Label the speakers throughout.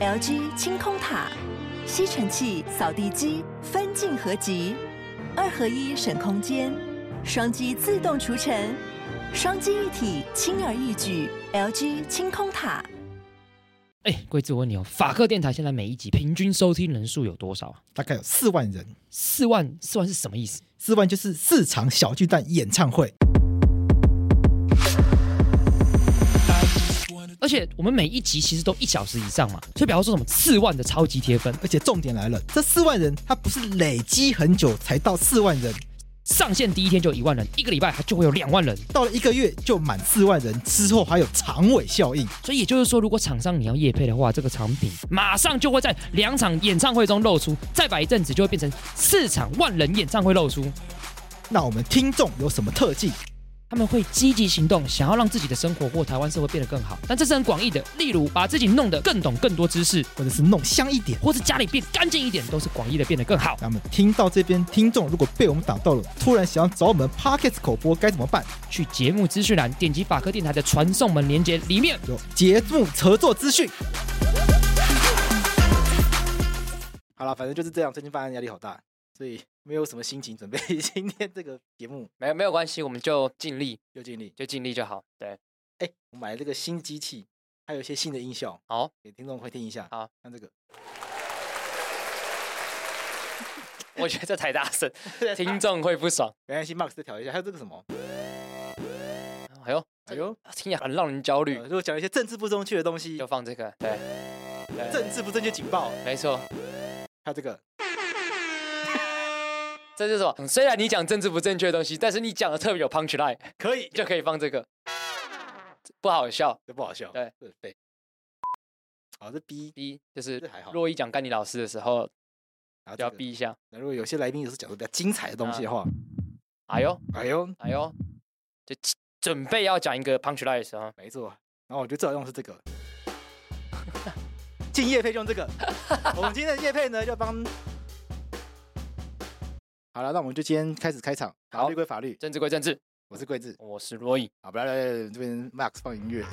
Speaker 1: LG 清空塔、吸尘器、扫地机分镜合集，二合一省空间，双击自动除尘，双击一体轻而易举。LG 清空塔。
Speaker 2: 哎，贵子，我问你哦，法克电台现在每一集平均收听人数有多少啊？
Speaker 3: 大概有四万人，
Speaker 2: 四万，四万是什么意思？
Speaker 3: 四万就是四场小巨蛋演唱会。
Speaker 2: 而且我们每一集其实都一小时以上嘛，所以比方说什么四万的超级贴分，
Speaker 3: 而且重点来了，这四万人他不是累积很久才到四万人，
Speaker 2: 上线第一天就有一万人，一个礼拜它就会有两万人。
Speaker 3: 到了一个月就满四万人，之后还有长尾效应。
Speaker 2: 所以也就是说，如果厂商你要业配的话，这个产品马上就会在两场演唱会中露出，再摆一阵子就会变成四场万人演唱会露出。
Speaker 3: 那我们听众有什么特技？
Speaker 2: 他们会积极行动，想要让自己的生活或台湾社会变得更好。但这是很广义的，例如把自己弄得更懂更多知识，
Speaker 3: 或者是弄香一点？
Speaker 2: 或是家里变干净一点，都是广义的变得更好。
Speaker 3: 那么听到这边，听众如果被我们打到了，突然想要找我们 Pocket 口播该怎么办？
Speaker 2: 去节目资讯栏点击法科电台的传送门连接，里面
Speaker 3: 有节目合作资讯。好了，反正就是这样。最近办案压力好大，所以没有什么心情准备 今天这个节目，
Speaker 2: 没有没有关系，我们就尽力，
Speaker 3: 又尽力。
Speaker 2: 就尽力就好。对，
Speaker 3: 哎、我买了这个新机器，还有一些新的音效，
Speaker 2: 好，
Speaker 3: 给听众会听一下。
Speaker 2: 好，
Speaker 3: 看这个，
Speaker 2: 我觉得这太大 声，听众会不爽。
Speaker 3: 没关系，Max 再调一下。还有这个什么？
Speaker 2: 哎呦，
Speaker 3: 哎呦，
Speaker 2: 听起来很让人焦虑
Speaker 3: 呃，如果讲一些政治不正确的东西
Speaker 2: 就，放这个。对，对，
Speaker 3: 政治不正确警报，
Speaker 2: 没错，
Speaker 3: 还有这个，
Speaker 2: 这就是什么？虽然你讲政治不正确的东西，但是你讲的特别有 punch line，
Speaker 3: 可以，
Speaker 2: 就可以放这个，不好笑。
Speaker 3: 这不好笑。
Speaker 2: 对
Speaker 3: 这对。好，这 B，
Speaker 2: 第一就是
Speaker 3: 这还好
Speaker 2: 洛伊讲甘尼老师的时候，
Speaker 3: 然后
Speaker 2: 就要
Speaker 3: 这个
Speaker 2: B 一下。啊
Speaker 3: 那如果有些来宾有时候讲的比较精彩的东西的话，
Speaker 2: 哎呦，
Speaker 3: 哎呦，
Speaker 2: 哎呦，就准备要讲一个啊 punch line 的时候，
Speaker 3: 没错。然后我觉得最好用的是这个， 进叶配就用这个。我们今天的叶配呢，就帮。好了，那我们就今天开始开场。法
Speaker 2: 好
Speaker 3: 律归法律，
Speaker 2: 政治归政治，
Speaker 3: 我是桂智。
Speaker 2: 我是洛伊。
Speaker 3: 好，不来来来，这边 Max 放音乐。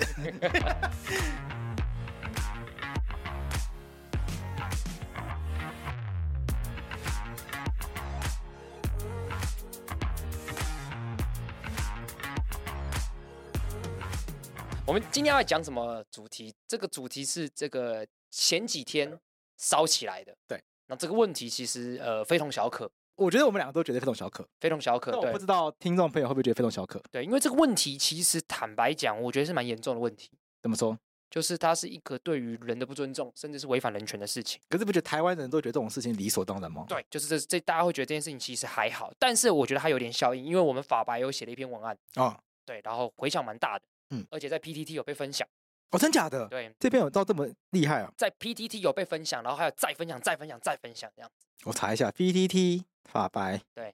Speaker 2: 我们今天要讲什么主题？这个主题是这个前几天烧起来的。
Speaker 3: 对，
Speaker 2: 那这个问题其实呃非同小可，
Speaker 3: 我觉得我们两个都觉得非同小可，
Speaker 2: 非同小可。
Speaker 3: 但我
Speaker 2: 对
Speaker 3: 不知道听众朋友会不会觉得非同小可。
Speaker 2: 对，因为这个问题其实坦白讲，我觉得是蛮严重的问题，
Speaker 3: 怎么说？
Speaker 2: 就是它是一个对于人的不尊重，甚至是违反人权的事情。
Speaker 3: 可是不觉得台湾人都觉得这种事情理所当然吗？
Speaker 2: 对，就是这这大家会觉得这件事情其实还好，但是我觉得它有点效应，因为我们法白有写了一篇文案，
Speaker 3: 啊，
Speaker 2: 对，然后回响蛮大的，
Speaker 3: 嗯
Speaker 2: 而且在 PTT 有被分享，
Speaker 3: 哦，真假的？
Speaker 2: 对，
Speaker 3: 这边有到这么厉害啊？
Speaker 2: 在 PTT 有被分享，然后还有再分享、再分享、再分享这样。
Speaker 3: 我查一下，PTT 法白。
Speaker 2: 对，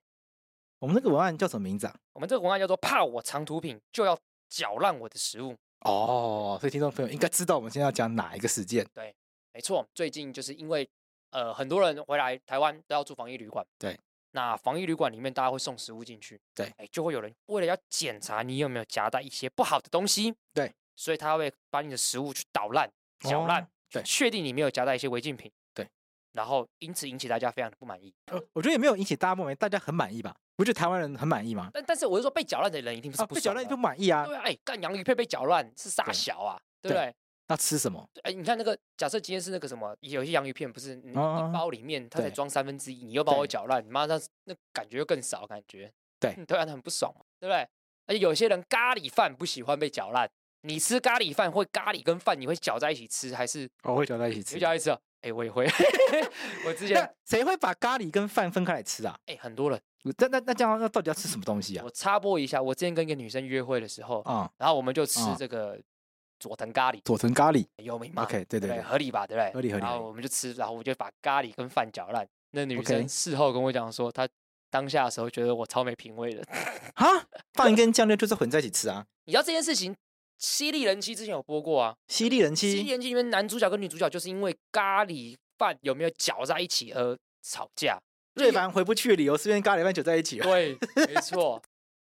Speaker 3: 我们那个文案叫什么名字啊？
Speaker 2: 我们这个文案叫做“怕我长途品就要搅烂我的食物
Speaker 3: 哦，所以听众朋友应该知道我们现在要讲哪一个事件。”。
Speaker 2: 没错，最近就是因为呃很多人回来台湾都要住防疫旅馆，
Speaker 3: 对，
Speaker 2: 那防疫旅馆里面大家会送食物进去，
Speaker 3: 对
Speaker 2: 哎，就会有人为了要检查你有没有夹带一些不好的东西，
Speaker 3: 对，
Speaker 2: 所以他会把你的食物去捣烂、搅
Speaker 3: 哦
Speaker 2: 烂，去
Speaker 3: 对
Speaker 2: 确定你没有夹带一些违禁品，
Speaker 3: 对，
Speaker 2: 然后因此引起大家非常的不满意。
Speaker 3: 呃我觉得也没有引起大家不满意，大家很满意吧？不觉得台湾人很满意吗？
Speaker 2: 但但是我是说被搅烂的人一定是
Speaker 3: 啊，
Speaker 2: 不
Speaker 3: 被搅
Speaker 2: 爽
Speaker 3: 烂
Speaker 2: 的
Speaker 3: 就不满意啊
Speaker 2: 对？啊，哎，干洋芋片被搅烂是傻
Speaker 3: 对
Speaker 2: 小啊，对不
Speaker 3: 对
Speaker 2: 对？
Speaker 3: 那吃什么？
Speaker 2: 哎，你看那个，假设今天是那个什么，有一些洋芋片不是你一
Speaker 3: 啊
Speaker 2: 包里面它才
Speaker 3: 对
Speaker 2: 装三分之一，你又把我
Speaker 3: 对
Speaker 2: 搅烂，你妈那那感觉又更少，感觉
Speaker 3: 对
Speaker 2: 嗯对啊，那很不爽嘛，对不对？而且有些人咖喱饭不喜欢被搅烂，你吃咖喱饭会咖喱跟饭你会搅在一起吃，还是
Speaker 3: 我哦会搅在一起
Speaker 2: 你会
Speaker 3: 吃。
Speaker 2: 搅在一起吃啊？哎，我也 会，我之前
Speaker 3: 那谁会把咖喱跟饭分开来吃啊？
Speaker 2: 哎很多人，
Speaker 3: 那那那这样，那到底要吃什么东西啊
Speaker 2: 我？插播一下，我之前跟一个女生约会的时候，
Speaker 3: 啊、
Speaker 2: 然后我们就吃
Speaker 3: 啊
Speaker 2: 这个佐藤咖喱，
Speaker 3: 佐藤咖喱，
Speaker 2: 有名嘛
Speaker 3: OK，对
Speaker 2: 对
Speaker 3: 对
Speaker 2: 不对，
Speaker 3: 对
Speaker 2: 合理吧，对不对？
Speaker 3: 合理合理
Speaker 2: 然
Speaker 3: 合
Speaker 2: 后
Speaker 3: 理
Speaker 2: 我们就吃，然后我就把咖喱跟饭搅烂。那女
Speaker 3: OK
Speaker 2: 生事后跟我讲说，她当下的时候觉得我超没品味的。
Speaker 3: 啊，饭跟酱料就是混在一起吃啊。
Speaker 2: 你知道这件事情，《犀利人妻》之前有播过啊，
Speaker 3: 犀利人
Speaker 2: 《犀利
Speaker 3: 妻，
Speaker 2: 人妻》里面男主角跟女主角就是因为咖喱饭有没有搅在一起而吵架。
Speaker 3: 瑞 凡回不去的理由是因为咖喱饭搅在一起。
Speaker 2: 对，没错。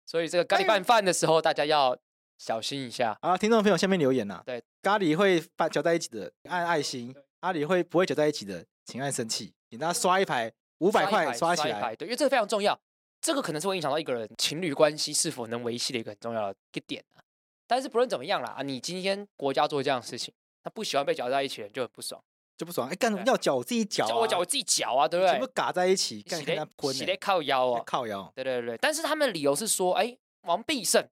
Speaker 2: 所以这个咖喱
Speaker 3: 哎
Speaker 2: 拌饭的时候，大家要小心一下。
Speaker 3: 啊，听众朋友下面留言呐、
Speaker 2: 对，
Speaker 3: 咖喱会把搅在一起的，按爱心；阿里会不会久在一起的，请按生气，请大家刷一排五百块
Speaker 2: 刷
Speaker 3: 刷起
Speaker 2: 一排
Speaker 3: 来。
Speaker 2: 对，因为这个非常重要，这个可能是会影响到一个人情侣关系是否能维系的一个很重要的一个点啊。但是不论怎么样啦，啊你今天国家做这样的事情，他不喜欢被搅在一起的人就很不爽，
Speaker 3: 就不爽，哎，干
Speaker 2: 对
Speaker 3: 要搅我自己搅、啊，
Speaker 2: 叫我搅我自己搅啊，对不
Speaker 3: 全部
Speaker 2: 对？
Speaker 3: 嘎在一起，干
Speaker 2: 洗
Speaker 3: 跟
Speaker 2: 嘞
Speaker 3: 他喷、
Speaker 2: 洗嘞
Speaker 3: 欸，
Speaker 2: 靠腰啊，
Speaker 3: 靠腰，
Speaker 2: 对对对，但是他们的理由是说，哎，王必胜，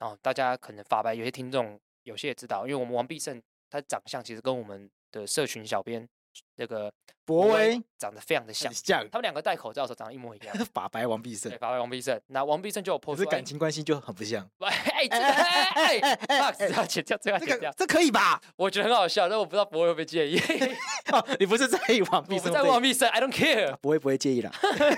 Speaker 2: 哦，大家可能法白有些听众有些也知道，因为我们王必胜他长相其实跟我们的社群小编那个
Speaker 3: 博威
Speaker 2: 长得非常的像
Speaker 3: 很，像
Speaker 2: 他们两个戴口罩的时候长得一模一样。
Speaker 3: 法白王必胜
Speaker 2: 对，，哎法白王必胜，那王必胜就有
Speaker 3: 可
Speaker 2: po
Speaker 3: 是
Speaker 2: 出
Speaker 3: 感，情关系就很 不像。
Speaker 2: 哎，哎这个哎
Speaker 3: 哎
Speaker 2: 哎哎
Speaker 3: 哎哎
Speaker 2: 哎，Max
Speaker 3: 哎
Speaker 2: 要剪掉，这个要
Speaker 3: 这
Speaker 2: 剪掉
Speaker 3: 个，这可以吧？
Speaker 2: 我觉得很好笑，但我不知道博会不会介 意，
Speaker 3: 哦，你不是在意王必
Speaker 2: 我不
Speaker 3: 胜？
Speaker 2: 在
Speaker 3: 我在意
Speaker 2: 王必胜，I don't care。
Speaker 3: 不会不会介意啦，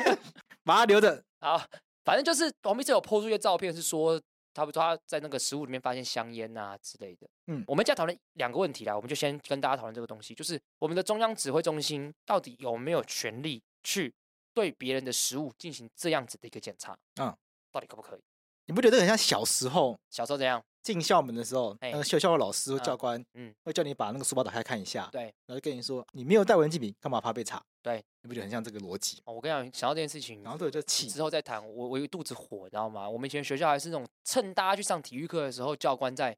Speaker 3: 把它留着。
Speaker 2: 好，反正就是王必胜有 PO 出一些照片，是说他不他在那个食物里面发现香烟啊之类的。
Speaker 3: 嗯
Speaker 2: 我们现在讨论两个问题啦，我们就先跟大家讨论这个东西，就是我们的中央指挥中心到底有没有权利去对别人的食物进行这样子的一个检查？
Speaker 3: 嗯，
Speaker 2: 到底可不可以？
Speaker 3: 你不觉得很像小时候
Speaker 2: 小时候怎样？
Speaker 3: 进校门的时候，
Speaker 2: 哎
Speaker 3: 那个校校老师或
Speaker 2: 嗯
Speaker 3: 教官，
Speaker 2: 嗯
Speaker 3: 会叫你把那个书包打开看一下，
Speaker 2: 对，
Speaker 3: 然后就跟你说你没有带文具笔，干嘛怕被查？
Speaker 2: 对，
Speaker 3: 你不觉得很像这个逻辑？
Speaker 2: 哦我跟你讲，想到这件事情，
Speaker 3: 然后对，就气
Speaker 2: 之，后再谈。我我有一肚子火，你知道吗？我们以前学校还是那种趁大家去上体育课的时候，教官在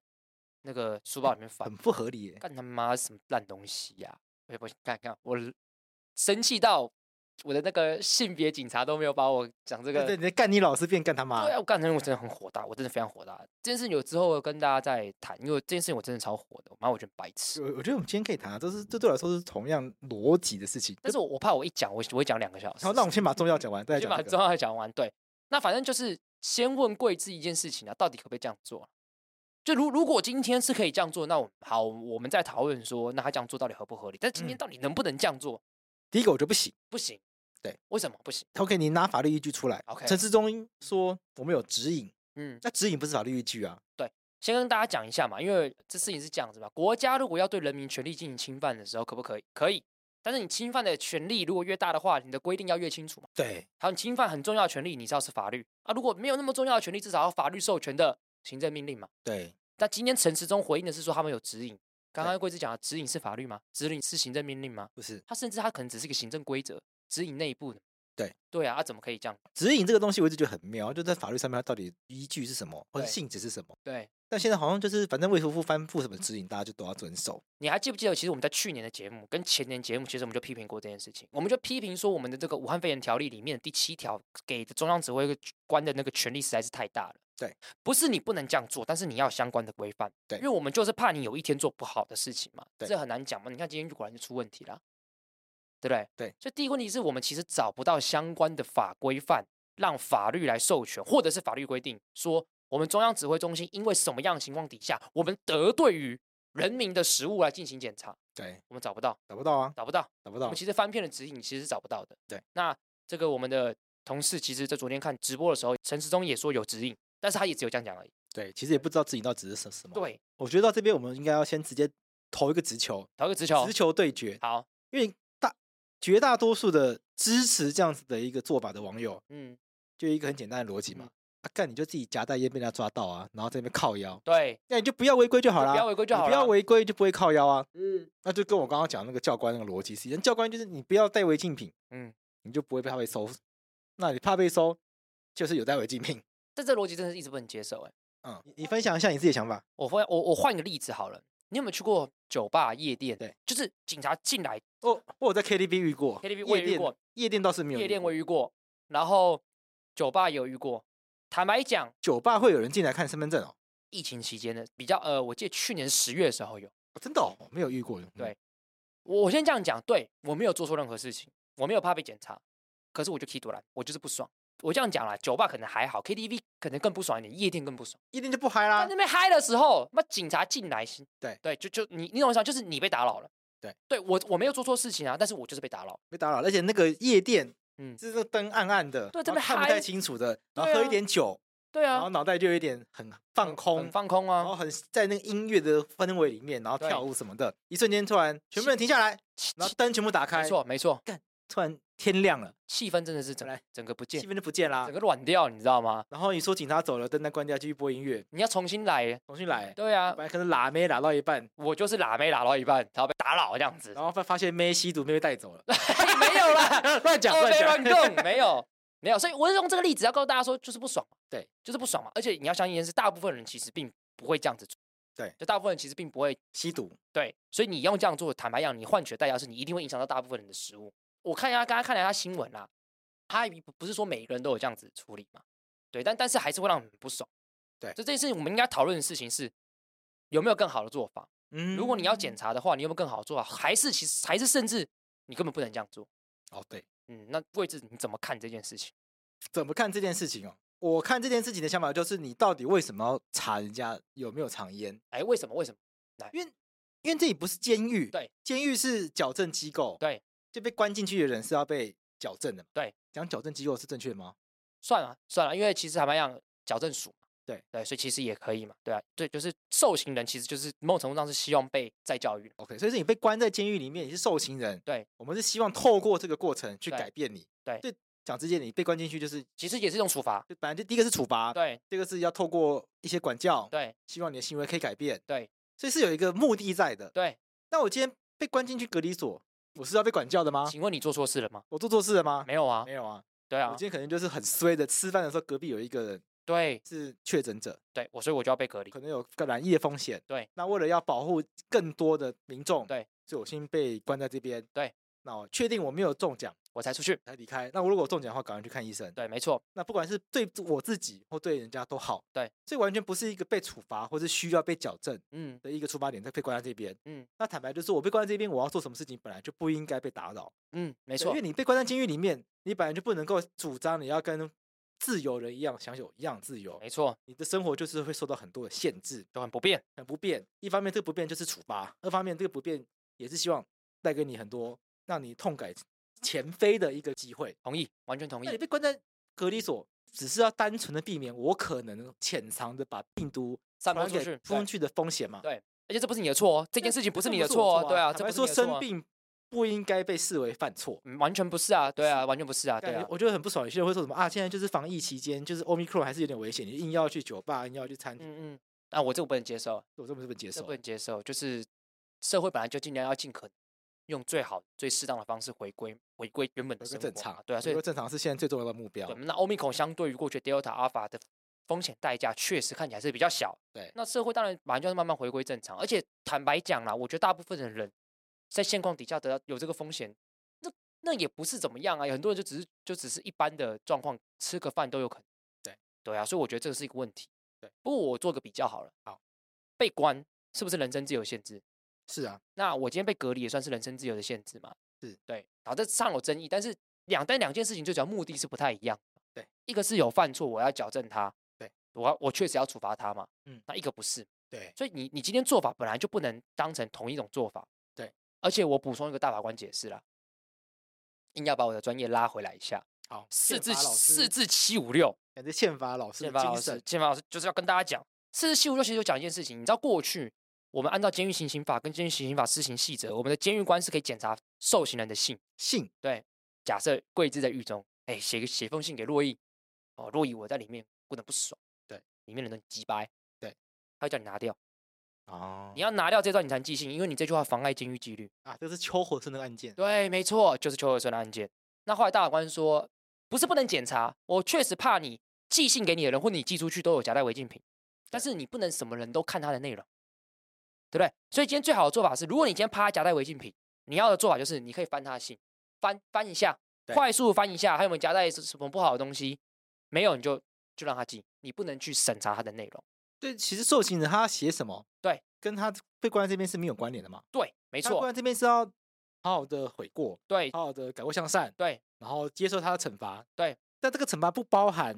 Speaker 2: 那个书包里面翻
Speaker 3: 很，不合理耶。
Speaker 2: 干他妈什么烂东西呀、我也不干干，我生气到我的那个性别警察都没有把我讲这个。
Speaker 3: 对，你在干你老师变干他妈
Speaker 2: 对，啊，我干成我真的很火大，我真的非常火大。这件事情有之后跟大家再谈，因为这件事情我真的超火的，妈，我觉得白痴。
Speaker 3: 我我觉得我们今天可以谈啊，这是这对我来说是同样逻辑的事情。
Speaker 2: 但
Speaker 3: 就是
Speaker 2: 我我怕我一讲，我我会讲两个小时。
Speaker 3: 好，那我们先把重要讲完，再来
Speaker 2: 嗯先
Speaker 3: 讲
Speaker 2: 把
Speaker 3: 这个
Speaker 2: 重要的讲完。对，那反正就是先问贵志一件事情啊，到底可不可以这样做啊？就如如果今天是可以这样做，那我好，我们再讨论说，那他这样做到底合不合理？但今天
Speaker 3: 嗯
Speaker 2: 到底能不能这样做？
Speaker 3: 第一个我就不行。
Speaker 2: 不行。
Speaker 3: 对，
Speaker 2: 为什么不行？
Speaker 3: OK，你拿法律依据出来。
Speaker 2: OK
Speaker 3: 陈世忠说我们有指引，
Speaker 2: 嗯，
Speaker 3: 那指引不是法律依据啊。
Speaker 2: 先跟大家讲一下嘛，因为这事情是这样子嘛，国家如果要对人民权利进行侵犯的时候，可不可以？可以。但是你侵犯的权利如果越大的话，你的规定要越清楚嘛。
Speaker 3: 对，
Speaker 2: 还有你侵犯很重要的权利，你知道是法律啊。如果没有那么重要的权利，至少要法律授权的行政命令嘛。
Speaker 3: 对，
Speaker 2: 但今天陈时中回应的是说他们有指引。刚
Speaker 3: 对
Speaker 2: 刚贵志讲的指引是法律吗？指引是行政命令吗？
Speaker 3: 不是
Speaker 2: 他甚至他可能只是一个行政规则，指引内部的。
Speaker 3: 对
Speaker 2: 对啊，他怎么可以这样？
Speaker 3: 指引这个东西，我一直觉得很妙，就在法律上面它到底依据是什么，或者
Speaker 2: 对
Speaker 3: 性质是什么。
Speaker 2: 对，
Speaker 3: 但现在好像就是，反正卫福部颁布什么指引，大家就都要遵守。
Speaker 2: 你还记不记得？其实我们在去年的节目跟前年节目，其实我们就批评过这件事情。我们就批评说，我们的这个武汉肺炎条例里面第七条给的中央指挥官的那个权力实在是太大了。
Speaker 3: 对，
Speaker 2: 不是你不能这样做，但是你要有相关的规范。
Speaker 3: 对
Speaker 2: 因为我们就是怕你有一天做不好的事情嘛，
Speaker 3: 对
Speaker 2: 这很难讲嘛。你看今天就果然就出问题了，对不对？
Speaker 3: 对。
Speaker 2: 所以第一个问题是我们其实找不到相关的法规范，让法律来授权，或者是法律规定说，我们中央指挥中心因为什么样的情况底下，我们得对于人民的食物来进行检查，
Speaker 3: 对，
Speaker 2: 我们找不到，
Speaker 3: 找不到啊，
Speaker 2: 找不到。
Speaker 3: 找不
Speaker 2: 我
Speaker 3: 到
Speaker 2: 们。其实翻篇的指引其实是找不到的。
Speaker 3: 对，
Speaker 2: 那这个我们的同事其实在昨天看直播的时候，陈时中也说有指引，但是他也只有这样讲而已。
Speaker 3: 对，其实也不知道指引到底是什什么。，
Speaker 2: 对，
Speaker 3: 我觉得到这边我们应该要先直接投一个直球，
Speaker 2: 投一个直球
Speaker 3: 直。球对决，
Speaker 2: 好，
Speaker 3: 因为大绝大多数的支持这样子的一个做法的网友，
Speaker 2: 嗯，
Speaker 3: 就一个很简单的逻辑嘛。啊，干你就自己夹带烟被人家抓到啊，然后在那边靠腰，
Speaker 2: 对，
Speaker 3: 那你就不要违规就好
Speaker 2: 就
Speaker 3: 啦，
Speaker 2: 不要违规就
Speaker 3: 你
Speaker 2: 好
Speaker 3: 不要
Speaker 2: 啦
Speaker 3: 违规就不会靠腰啊。
Speaker 2: 嗯，
Speaker 3: 那就跟我刚刚讲那个教官那个逻辑是一样，教官就是你不要带违禁品，
Speaker 2: 嗯，
Speaker 3: 你就不会怕被收。那你怕被收，就是有带违禁品。
Speaker 2: 但这逻辑真的是一直不能接受哎、
Speaker 3: 嗯，你你分享一下你自己的想法。
Speaker 2: 我换我我换一个例子好了，你有没有去过酒吧、夜店？
Speaker 3: 对，
Speaker 2: 就是警察进来，
Speaker 3: 哦，我有在 KTV 遇过
Speaker 2: KTV 我
Speaker 3: 夜
Speaker 2: 也遇
Speaker 3: 店
Speaker 2: 过
Speaker 3: 夜店倒是没有遇过，
Speaker 2: 夜店我遇过，然后酒吧也有遇过。坦白讲，
Speaker 3: 酒吧会有人进来看身份证哦，
Speaker 2: 疫情期间的比较呃，我记得去年十月的时候有。
Speaker 3: 哦真的哦，没有遇过。嗯
Speaker 2: 对我先这样讲，对我没有做错任何事情，我没有怕被检查，可是我就 K 多兰，我就是不爽。我这样讲啦，酒吧可能还好，KTV 可能更不爽一点，夜店更不爽。
Speaker 3: 夜店就不嗨
Speaker 2: 在
Speaker 3: 啦
Speaker 2: 那。边嗨的时候，那警察进来是，
Speaker 3: 啊对
Speaker 2: 对，就就你你懂我意思吗？就是你被打扰了。
Speaker 3: 对，
Speaker 2: 对我我没有做错事情啊，但是我就是被打扰。
Speaker 3: 被打扰，而且那个夜店，嗯，
Speaker 2: 嗯
Speaker 3: 就是那灯暗暗的，
Speaker 2: 对
Speaker 3: 然
Speaker 2: 这
Speaker 3: 后
Speaker 2: 边
Speaker 3: 看不太
Speaker 2: 嗨
Speaker 3: 清楚的，然后
Speaker 2: 对
Speaker 3: 喝一
Speaker 2: 啊
Speaker 3: 点酒，
Speaker 2: 对
Speaker 3: 然后
Speaker 2: 啊，
Speaker 3: 脑袋就有一点很放
Speaker 2: 很
Speaker 3: 空哦
Speaker 2: 很，放空
Speaker 3: 然后
Speaker 2: 啊，
Speaker 3: 很在那个音乐的氛围里面，然后
Speaker 2: 对
Speaker 3: 跳舞什么的，一瞬间突然全部人停下来，
Speaker 2: 其
Speaker 3: 然后
Speaker 2: 其
Speaker 3: 灯全部打
Speaker 2: 没
Speaker 3: 开，
Speaker 2: 错没错，
Speaker 3: 突然天亮了，
Speaker 2: 气氛真的是整
Speaker 3: 本来
Speaker 2: 整个不见
Speaker 3: 气，氛就不啊见啦
Speaker 2: 整。个软掉，你知道吗？
Speaker 3: 然后你说警察走了，灯灯关掉，继续播音乐，
Speaker 2: 你要重新来。
Speaker 3: 重新来。
Speaker 2: 对啊
Speaker 3: 本，来可能拉妹拉到一半，
Speaker 2: 我就是拉没拉到一半，然后被打扰这样子
Speaker 3: 然。后发发现妹吸毒，妹被带走了。
Speaker 2: 没有啦，
Speaker 3: 乱讲
Speaker 2: 哦
Speaker 3: 乱
Speaker 2: 没
Speaker 3: 讲，
Speaker 2: 乱动，没 有没有。所以我是用这个例子要告诉大家说，就是不爽嘛，
Speaker 3: 对，
Speaker 2: 就是不爽嘛。而且你要相信一件事，大部分人其实并不会这样子做，
Speaker 3: 对
Speaker 2: 就大部分人其实并不会
Speaker 3: 吸毒，
Speaker 2: 对，所以你用这样做，坦白讲，你换取的代价是你一定会影响到大部分人的食物。我看一下，刚刚看了一下新闻啦，他也不不是说每个人都有这样子处理嘛，对，但但是还是会让人很不爽。
Speaker 3: 对
Speaker 2: 所以这件事情我们应该讨论的事情是有没有更好的做法。
Speaker 3: 嗯
Speaker 2: 如果你要检查的话，你有没有更好的做法？还是其实还是甚至你根本不能这样做。
Speaker 3: 哦，对，
Speaker 2: 嗯，那位置你怎么看这件事情？
Speaker 3: 怎么看这件事情哦？我看这件事情的想法就是，你到底为什么要查人家有没有藏烟？
Speaker 2: 哎，为什么？为什么？
Speaker 3: 因为这里不是监狱，
Speaker 2: 对，
Speaker 3: 监狱是矫正机构，
Speaker 2: 对，
Speaker 3: 就被关进去的人是要被矫正的嘛，
Speaker 2: 对。
Speaker 3: 讲矫正机构是正确的吗？
Speaker 2: 算了算啊了，因为其实坦白讲，矫正署嘛，
Speaker 3: 对
Speaker 2: 对，所以其实也可以嘛，对啊，对，就是受刑人其实就是某种程度上是希望被再教育的。
Speaker 3: OK，所以是你被关在监狱里面，你是受刑人。
Speaker 2: 对，
Speaker 3: 我们是希望透过这个过程去
Speaker 2: 对
Speaker 3: 改变你。
Speaker 2: 对
Speaker 3: 对，讲直接，你被关进去就是，
Speaker 2: 其实也是一种处罚。
Speaker 3: 就本来就第一个是处罚，
Speaker 2: 对
Speaker 3: 第二个是要透过一些管教，
Speaker 2: 对
Speaker 3: 希望你的行为可以改变。
Speaker 2: 对，
Speaker 3: 所以是有一个目的在的。
Speaker 2: 对，
Speaker 3: 那我今天被关进去隔离所，我是要被管教的吗？
Speaker 2: 请问你做错事了吗？
Speaker 3: 我做错事了吗？
Speaker 2: 没有啊
Speaker 3: 啊没，有啊，
Speaker 2: 对
Speaker 3: 我
Speaker 2: 啊
Speaker 3: 今，天可能就是很衰的，吃饭的时候隔壁有一个人
Speaker 2: 对
Speaker 3: 是确诊者，
Speaker 2: 对，我所以我就要被隔离
Speaker 3: 可。能有感染疫的风险。
Speaker 2: 对，
Speaker 3: 那为了要保护更多的民众，
Speaker 2: 对，
Speaker 3: 所以我先被关在这边。
Speaker 2: 对，
Speaker 3: 那我确定我没有中奖
Speaker 2: 我才出去。
Speaker 3: 才离开。那我如果中奖的话，赶快去看医生。
Speaker 2: 对，没错，
Speaker 3: 那不管是对我自己或对人家都好。
Speaker 2: 对，
Speaker 3: 所以完全不是一个被处罚或是需要被矫正
Speaker 2: 嗯，
Speaker 3: 的一个出发点，在被关在这边。
Speaker 2: 嗯，
Speaker 3: 那坦白就是我被关在这边，我要做什么事情本来就不应该被打扰。
Speaker 2: 嗯，没
Speaker 3: 没
Speaker 2: 错
Speaker 3: 因为，你被关在监狱里面，你本来就不能够主张你要跟自由人一样享有一样自由。
Speaker 2: 没错，
Speaker 3: 你的生活就是会受到很多的限制，
Speaker 2: 就很不便。
Speaker 3: 很不便。一方面这个不便就是处罚，二方面这个不便也是希望带给你很多让你痛改前非的一个机会。
Speaker 2: 同意，完全同
Speaker 3: 那你
Speaker 2: 意。
Speaker 3: 被关在隔离所，只是要单纯的避免我可能潜藏的把病毒
Speaker 2: 散播
Speaker 3: 传
Speaker 2: 出
Speaker 3: 给
Speaker 2: 去，
Speaker 3: 出
Speaker 2: 对
Speaker 3: 去的风险嘛？
Speaker 2: 对而且这不是你的错哦，这件事情不是你的
Speaker 3: 我
Speaker 2: 错哦。对啊，
Speaker 3: 坦
Speaker 2: 这
Speaker 3: 白
Speaker 2: 不是
Speaker 3: 说
Speaker 2: 你的错
Speaker 3: 生
Speaker 2: 啊，
Speaker 3: 病不应该被视为犯错。
Speaker 2: 嗯完全不是啊。对啊，完全不是啊。对
Speaker 3: 感
Speaker 2: 啊
Speaker 3: 觉，我觉得很不爽，有些人会说什么啊，现在就是防疫期间，就是 Omicron 还是有点危险，你硬要去酒吧，硬要去餐厅，
Speaker 2: 嗯嗯，啊，我这个不能接受。
Speaker 3: 我这么这么接
Speaker 2: 这
Speaker 3: 受
Speaker 2: 不。能接受，就是社会本来就尽量要尽可能用最好、最适当的方式回归回归原本的
Speaker 3: 回
Speaker 2: 生
Speaker 3: 归
Speaker 2: 活
Speaker 3: 正
Speaker 2: 嘛
Speaker 3: 常，
Speaker 2: 对啊，所
Speaker 3: 回
Speaker 2: 以
Speaker 3: 归正常是现在最重要的目标
Speaker 2: 对。那欧米孔相对于过去 Delta、Alpha 的风险代价，确实看起来是比较小。
Speaker 3: 对
Speaker 2: 那社会当然马上就要慢慢回归正常，而且坦白讲啦，我觉得大部分的人在现况底下得到有这个风险，那那也不是怎么样啊，有很多人就只是就只是一般的状况，吃个饭都有可能。
Speaker 3: 对
Speaker 2: 对啊，所以我觉得这个是一个问题。
Speaker 3: 对，
Speaker 2: 不过我做个比较好了。
Speaker 3: 好，
Speaker 2: 被关是不是人身自由限制？
Speaker 3: 是啊，
Speaker 2: 那我今天被隔离也算是人身自由的限制嘛？
Speaker 3: 是
Speaker 2: 对，然后这上有争议，但是两但两件事情就只要目的是不太一样，
Speaker 3: 对，
Speaker 2: 一个是有犯错，我要矫正他，
Speaker 3: 对，
Speaker 2: 我要我确实要处罚他嘛，
Speaker 3: 嗯
Speaker 2: 那一个不是，
Speaker 3: 对，
Speaker 2: 所以你你今天做法本来就不能当成同一种做法，
Speaker 3: 对，
Speaker 2: 而且我补充一个大法官解释啦，硬要把我的专业拉回来一下，
Speaker 3: 好，
Speaker 2: 四
Speaker 3: 宪
Speaker 2: 至
Speaker 3: 法老
Speaker 2: 四
Speaker 3: 师，
Speaker 2: 至七五六，
Speaker 3: 感觉宪法老师
Speaker 2: 宪
Speaker 3: 的
Speaker 2: 法老
Speaker 3: 精
Speaker 2: 师
Speaker 3: 神，，
Speaker 2: 宪法老师就是要跟大家讲，四十七五六其实有讲一件事情，你知道过去我们按照监狱行刑法跟监狱行刑法施行细则，我们的监狱官是可以检查受刑人的信。
Speaker 3: 性
Speaker 2: 假设桂枝在狱中，哎，写个写封信给洛伊，哦，洛伊我在里面过得不爽，
Speaker 3: 对，
Speaker 2: 里面人都很鸡掰，
Speaker 3: 对，
Speaker 2: 他会叫你拿掉，
Speaker 3: 哦
Speaker 2: 你要拿掉这段你才能寄信，因为你这句话妨碍监狱纪律。
Speaker 3: 啊，这是邱火生的案件，
Speaker 2: 对，没错，就是邱和顺的案件。那后来大法官说，不是不能检查，我确实怕你寄信给你的人或你寄出去都有夹带违禁品，但是你不能什么人都看他的内容，对不对？所以今天最好的做法是，如果你今天怕他夹带违禁品，你要的做法就是你可以翻他的信，翻翻一下，
Speaker 3: 对
Speaker 2: 快速翻一下，还有没有夹带什么不好的东西？没有你就就让他寄，你不能去审查他的内容。
Speaker 3: 对，其实受刑人他写什么，
Speaker 2: 对，
Speaker 3: 跟他被关在这边是没有关联的嘛。
Speaker 2: 对，没
Speaker 3: 他被
Speaker 2: 错
Speaker 3: 关，在这边是要好好的悔过，
Speaker 2: 对
Speaker 3: 好好的改过向善，
Speaker 2: 对。
Speaker 3: 然后接受他的惩罚，
Speaker 2: 对。
Speaker 3: 但这个惩罚不包含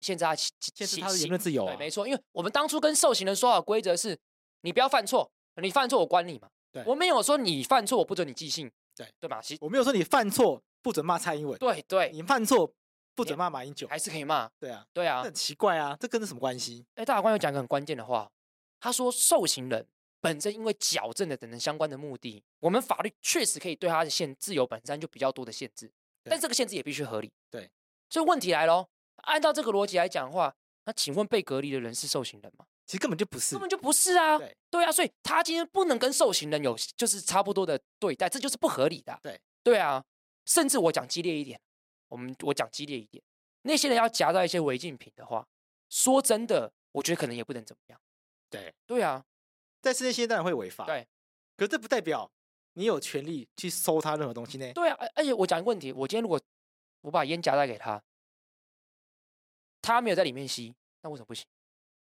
Speaker 2: 限制他其
Speaker 3: 限制
Speaker 2: 其
Speaker 3: 他的
Speaker 2: 其
Speaker 3: 言论自由啊
Speaker 2: 对，，没错，因为我们当初跟受刑人说好的规则是，你不要犯错，你犯错我关你嘛。
Speaker 3: 对
Speaker 2: 我没有说你犯错我不准你寄信，
Speaker 3: 对
Speaker 2: 对吧？其
Speaker 3: 我没有说你犯错不准骂蔡英文，
Speaker 2: 对对，
Speaker 3: 你犯错不
Speaker 2: 你
Speaker 3: 准骂马英九，
Speaker 2: 还是可以骂，
Speaker 3: 对啊，
Speaker 2: 对啊
Speaker 3: 这。很奇怪啊，这跟这什么关系？
Speaker 2: 哎，大法官有讲一个很关键的话，他说受刑人本身因为矫正的等等相关的目的，我们法律确实可以对它的限自由本身就比较多的限制，
Speaker 3: 对
Speaker 2: 但这个限制也必须合理。
Speaker 3: 对，
Speaker 2: 所以问题来喽，按照这个逻辑来讲的话，那请问被隔离的人是受刑人吗？
Speaker 3: 其实根本就不是
Speaker 2: 根。本就不是啊。
Speaker 3: 对
Speaker 2: 啊，所以他今天不能跟受刑人有就是差不多的对待，这就是不合理的啊、
Speaker 3: 对
Speaker 2: 对啊，甚至我讲激烈一点，我们我讲激烈一点，那些人要夹到一些违禁品的话，说真的，我觉得可能也不能怎么样。
Speaker 3: 对，
Speaker 2: 对啊，
Speaker 3: 但是那些当然会违法。
Speaker 2: 对，
Speaker 3: 可是这不代表你有权利去搜他任何东西呢。
Speaker 2: 对啊，而而且我讲一个问题，我今天如果我把烟夹带给他，他没有在里面吸，那为什么不行？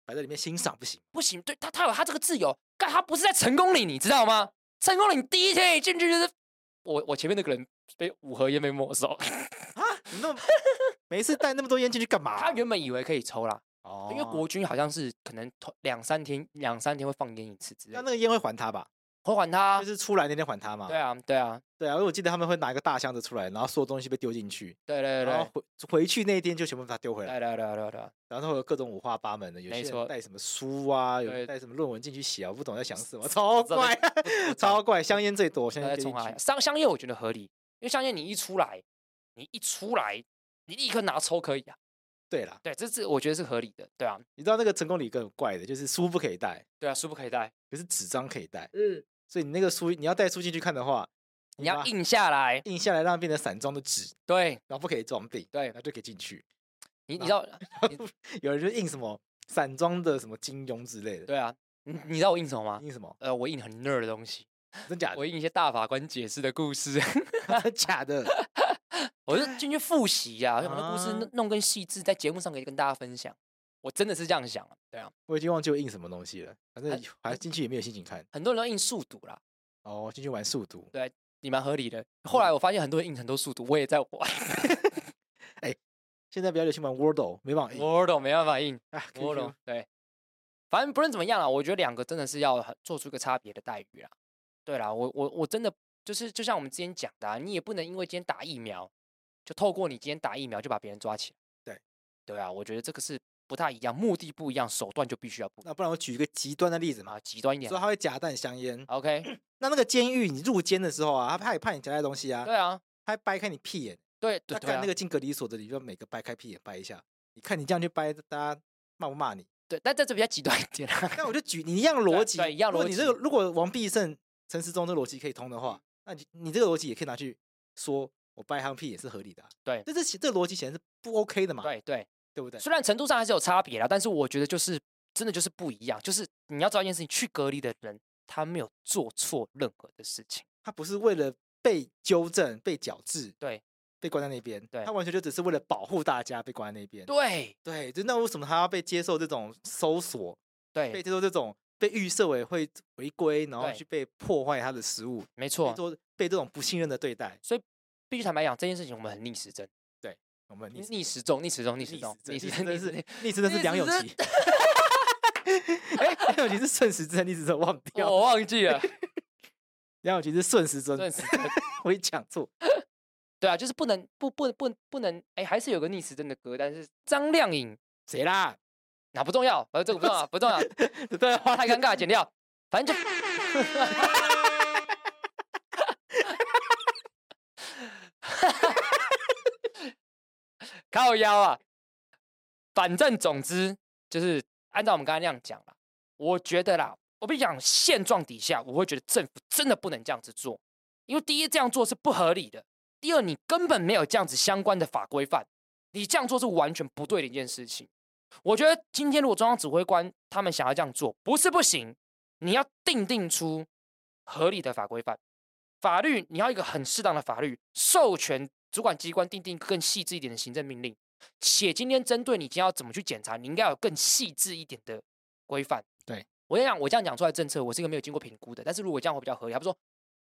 Speaker 3: 摆在里面欣赏不行。
Speaker 2: 不行，对他，他有他这个自由，但他不是在成功岭，你知道吗？成功岭第一天一进去就是我，我前面那个人被五盒烟被没收，
Speaker 3: 啊你那么每一次带那么多烟进去干嘛？
Speaker 2: 他原本以为可以抽啦，
Speaker 3: 哦
Speaker 2: 因为国军好像是可能头两三天两三天会放烟一次之类
Speaker 3: 那
Speaker 2: 的，
Speaker 3: 那个烟会还他吧？
Speaker 2: 会还他
Speaker 3: 就。是出来那天还他嘛。
Speaker 2: 对啊，对啊，
Speaker 3: 对啊，因为我记得他们会拿一个大箱子出来，然后所有东西被丢进去，
Speaker 2: 对对
Speaker 3: 然后
Speaker 2: 对，
Speaker 3: 回回去那一天就全部把它丢回来，
Speaker 2: 对对对对 对，
Speaker 3: 然后会有各种五花八门的，有
Speaker 2: 没
Speaker 3: 些
Speaker 2: 错
Speaker 3: 人带什么书啊，有
Speaker 2: 对
Speaker 3: 人带什么论文进去写啊，我不懂在想什么，超
Speaker 2: 知道在
Speaker 3: 怪，超怪，香烟最多，香
Speaker 2: 在
Speaker 3: 烟
Speaker 2: 冲
Speaker 3: 进
Speaker 2: 啊！
Speaker 3: 去，
Speaker 2: 香香烟我觉得合理，因为香烟你一出来，你一出来，你立刻拿抽可以啊。
Speaker 3: 对啦，
Speaker 2: 对，这是我觉得是合理的，对啊，
Speaker 3: 你知道那个成功理更怪的，就是书不可以带，
Speaker 2: 对啊，书不可以带，
Speaker 3: 可是纸张可以带，
Speaker 2: 嗯，
Speaker 3: 所以你那个书你要带书进去看的话，
Speaker 2: 你要
Speaker 3: 把
Speaker 2: 印下来，
Speaker 3: 印下来，让它变成散装的纸，
Speaker 2: 对
Speaker 3: 然后不可以装订，
Speaker 2: 对
Speaker 3: 然，后就可以进去。
Speaker 2: 你你
Speaker 3: 那
Speaker 2: 知道，
Speaker 3: 有人就印什么散装的什么金庸之类的，
Speaker 2: 对啊，你你知道我印什么吗？
Speaker 3: 印什么
Speaker 2: 呃，我印很 nerd 的东西，
Speaker 3: 真假
Speaker 2: 我印一些大法官解释的故事，
Speaker 3: 的？真假的？
Speaker 2: 我就进去复习呀、啊，把那故事
Speaker 3: 啊
Speaker 2: 弄弄更细致，在节目上可以跟大家分享。我真的是这样想啊，对啊，
Speaker 3: 我已经忘记我印什么东西了，反正
Speaker 2: 很
Speaker 3: 还进去也没有心情看。
Speaker 2: 很多人都印速读啦，
Speaker 3: 哦，进去玩速读，
Speaker 2: 你蛮合理的。后来我发现很多人印很多速读，我也在玩
Speaker 3: 现在比较流行玩 Wordle，没办法印。
Speaker 2: ，Wordle 没办法印
Speaker 3: 啊
Speaker 2: ，Wordle
Speaker 3: ，QQ
Speaker 2: 对，反正不论怎么样啦，我觉得两个真的是要很做出一个差别的待遇啦。对啦，我我我真的就是就像我们之前讲的、啊，你也不能因为今天打疫苗，就透过你今天打疫苗就把别人抓起来。
Speaker 3: 对，
Speaker 2: 对啊，我觉得这个是不太一样，目的不一样，手段就必须要不一样
Speaker 3: 那不然我举一个极端的例子嘛
Speaker 2: 啊，，极端一点
Speaker 3: 说
Speaker 2: 啦。
Speaker 3: 他会夹带香烟，
Speaker 2: OK，
Speaker 3: 那那个监狱你入监的时候啊，他怕你怕你夹带东西啊，
Speaker 2: 对啊，
Speaker 3: 他还掰开你屁眼，
Speaker 2: 对
Speaker 3: 他
Speaker 2: 对对
Speaker 3: 干
Speaker 2: 啊
Speaker 3: 那，个进隔离所的，你就每个掰开屁眼掰一下，你看你这样去掰，大家骂不骂你？
Speaker 2: 对，但在这比较极端一点啊啦。
Speaker 3: 但我就举你一样逻
Speaker 2: 对啊
Speaker 3: 辑，
Speaker 2: 对一样
Speaker 3: 如果
Speaker 2: 逻
Speaker 3: 你这个
Speaker 2: 辑嗯
Speaker 3: 如果王必胜、陈时中这个逻辑可以通的话，那你你这个逻辑也可以拿去说我掰他屁也是合理的啊、
Speaker 2: 对
Speaker 3: 但这其这个逻辑显然是不 OK 的嘛，
Speaker 2: 对对，
Speaker 3: 对不对？
Speaker 2: 虽然程度上还是有差别啦，但是我觉得就是真的就是不一样，就是你要知道一件事情，去隔离的人他没有做错任何的事情，
Speaker 3: 他不是为了被纠正、被矫治，
Speaker 2: 对，
Speaker 3: 被关在那边，
Speaker 2: 对
Speaker 3: 他完全就只是为了保护大家被关在那边，
Speaker 2: 对
Speaker 3: 对，就那为什么他要被接受这种搜索，被
Speaker 2: 对，
Speaker 3: 接受这种被预设为会违规，然后
Speaker 2: 对
Speaker 3: 去被破坏他的食物，
Speaker 2: 没
Speaker 3: 被
Speaker 2: 错，
Speaker 3: 做被这种不信任的对待，
Speaker 2: 必须坦白讲，这件事情我们很逆时针，
Speaker 3: 我们逆
Speaker 2: 逆时钟，逆时钟，逆时
Speaker 3: 逆时
Speaker 2: 钟，
Speaker 3: 针，逆时
Speaker 2: 逆
Speaker 3: 针
Speaker 2: 时
Speaker 3: 是逆时针是
Speaker 2: 逆
Speaker 3: 梁
Speaker 2: 时
Speaker 3: 咏
Speaker 2: 针
Speaker 3: 琪。哎， 梁咏琪是顺时针，逆时 针忘掉。
Speaker 2: 我忘记 了，
Speaker 3: 梁咏琪是顺时针，
Speaker 2: 顺时针，
Speaker 3: 我一讲错。
Speaker 2: 对啊，就是不能不不不不能，哎，还是有个逆时针的歌，但是张靓颖
Speaker 3: 谁啦？
Speaker 2: 那不重要，呃，这个不重要，不重要，
Speaker 3: 对，啊
Speaker 2: 太尴尬，剪掉，反正就。靠腰啊！反正总之就是按照我们刚才那样讲啦，我觉得啦，我必须讲现状底下，我会觉得政府真的不能这样子做，因为第一这样做是不合理的，第二你根本没有这样子相关的法规范，你这样做是完全不对的一件事情。我觉得今天如果中央指挥官他们想要这样做，不是不行，你要定定出合理的法规范。法律你要一个很适当的法律，授权主管机关定定更细致一点的行政命令，且今天针对你今天要怎么去检查，你应该有更细致一点的规范。
Speaker 3: 对
Speaker 2: 我跟你讲，我这样讲出来的政策，我是一个没有经过评估的，但是如果这样会比较合理。他不说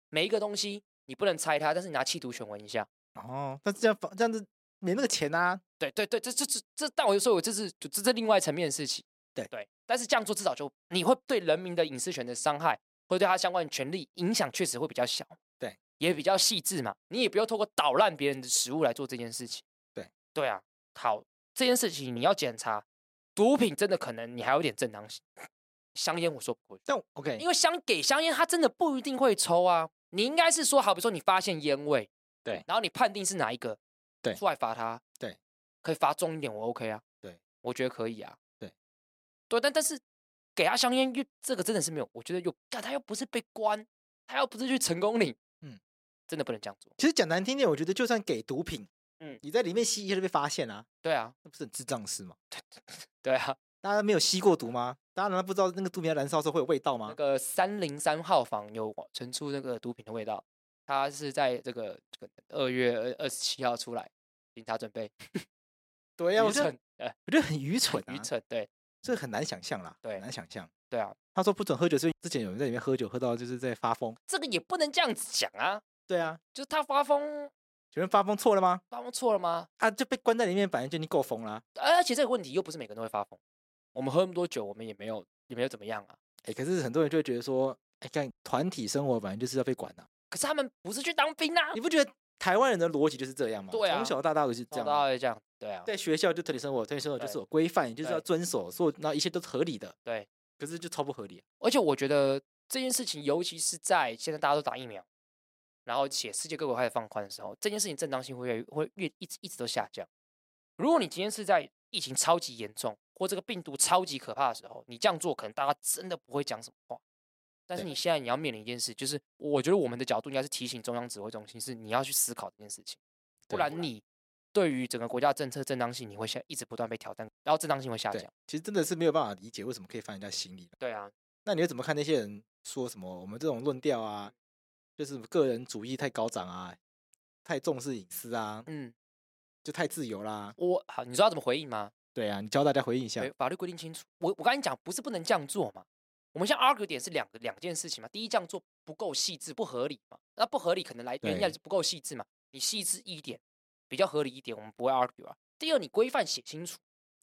Speaker 2: 每一个东西你不能拆它，但是你拿气图选闻一下，
Speaker 3: 哦，那这样这样子没那个钱啊。
Speaker 2: 对对对，这这这这，但我就说我这是就这这另外层面的事情。
Speaker 3: 对
Speaker 2: 对，但是这样做至少就你会对人民的隐私权的伤害，会对他相关的权利影响确实会比较小。
Speaker 3: 对，
Speaker 2: 也比较细致嘛，你也不用透过捣烂别人的食物来做这件事情。
Speaker 3: 对
Speaker 2: 对啊，好，这件事情你要检查毒品真的可能你还有点正当性， 香烟我说不过去，
Speaker 3: 但 OK，
Speaker 2: 因为香给香烟它真的不一定会抽啊。你应该是说，好比说你发现烟味，
Speaker 3: 对
Speaker 2: 然后你判定是哪一个，
Speaker 3: 对
Speaker 2: 出来罚他，
Speaker 3: 对，
Speaker 2: 可以罚重一点，我 OK 啊，
Speaker 3: 对，
Speaker 2: 我觉得可以啊，
Speaker 3: 对，
Speaker 2: 对，但但是给他香烟又这个真的是没有，我觉得又干他又不是被关，他又不是去成功岭，
Speaker 3: 嗯
Speaker 2: 嗯，真的不能这样做，
Speaker 3: 其实讲难听点，我觉得就算给毒品，嗯
Speaker 2: 嗯，
Speaker 3: 你在里面吸一下就被发现啊，
Speaker 2: 对啊，
Speaker 3: 那不是很智障的事吗？
Speaker 2: 对啊，
Speaker 3: 大家没有吸过毒吗？大家难道不知道那个毒品在燃烧的时候会有味道
Speaker 2: 那
Speaker 3: 吗？
Speaker 2: 个三零三号房有传出那个毒品的味道，它是在这个这个二月二十七号出来，警察准备
Speaker 3: 对哎呀、
Speaker 2: 愚
Speaker 3: 我觉得
Speaker 2: 蠢，呃，
Speaker 3: 我觉得很愚蠢、啊，
Speaker 2: 愚，蠢，对
Speaker 3: 这很难想象啦，
Speaker 2: 对
Speaker 3: 很难想象。
Speaker 2: 对啊，
Speaker 3: 他说不准喝酒，所以之前有人在里面喝酒，喝到就是在发疯。
Speaker 2: 这个也不能这样子讲啊，
Speaker 3: 对啊，
Speaker 2: 就是他发疯，
Speaker 3: 请问发疯错了吗？
Speaker 2: 发疯错了吗？
Speaker 3: 啊，就被关在里面，本来就已经够疯啦。
Speaker 2: 而且这个问题又不是每个人都会发疯，我们喝那么多酒，我们也没有也没有怎么样啊，
Speaker 3: 哎、可是很多人就会觉得说，哎、看团体生活本来就是要被管的、
Speaker 2: 可是他们不是去当兵啊
Speaker 3: 你，不觉得台湾人的逻辑就是这样吗？
Speaker 2: 对啊
Speaker 3: 从小到大都是
Speaker 2: 找
Speaker 3: 这样啊。
Speaker 2: 到这样，对啊，
Speaker 3: 在学校就团体生活，团体生活就是
Speaker 2: 对
Speaker 3: 有规范，你就是要
Speaker 2: 对
Speaker 3: 遵守，所有那一切都是合理的。
Speaker 2: 对，
Speaker 3: 可是就超不合理、啊。
Speaker 2: 而且我觉得这件事情，尤其是在现在大家都打疫苗，然后且世界各国开始放宽的时候，这件事情正当性会越会越一直一直都下降。如果你今天是在疫情超级严重或这个病毒超级可怕的时候，你这样做可能大家真的不会讲什么话。但是
Speaker 3: 对
Speaker 2: 你现在你要面临一件事，就是我觉得我们的角度应该是提醒中央指挥中心，是你要去思考这件事情，不
Speaker 3: 对
Speaker 2: 然你对于整个国家政策正当性，你会现在一直不断被挑战，然后正当性会下
Speaker 3: 对
Speaker 2: 降。，
Speaker 3: 其实真的是没有办法理解为什么可以放人家心里。
Speaker 2: 对啊，
Speaker 3: 那你会怎么看那些人说什么我们这种论调啊，就是个人主义太高涨啊，太重视隐私啊，
Speaker 2: 嗯，
Speaker 3: 就太自由啦？
Speaker 2: 我好，你知道怎么回应吗？
Speaker 3: 对啊，你教大家回应一下
Speaker 2: 对，。法律规定清楚。我我跟你讲，不是不能这样做嘛。我们现在 argue 点是两个两件事情嘛。第一，这样做不够细致，不合理嘛。那不合理可能来原因
Speaker 3: 对
Speaker 2: 是不够细致嘛。你细致一点，比较合理一点，我们不会 argue 啊。第二，你规范写清楚。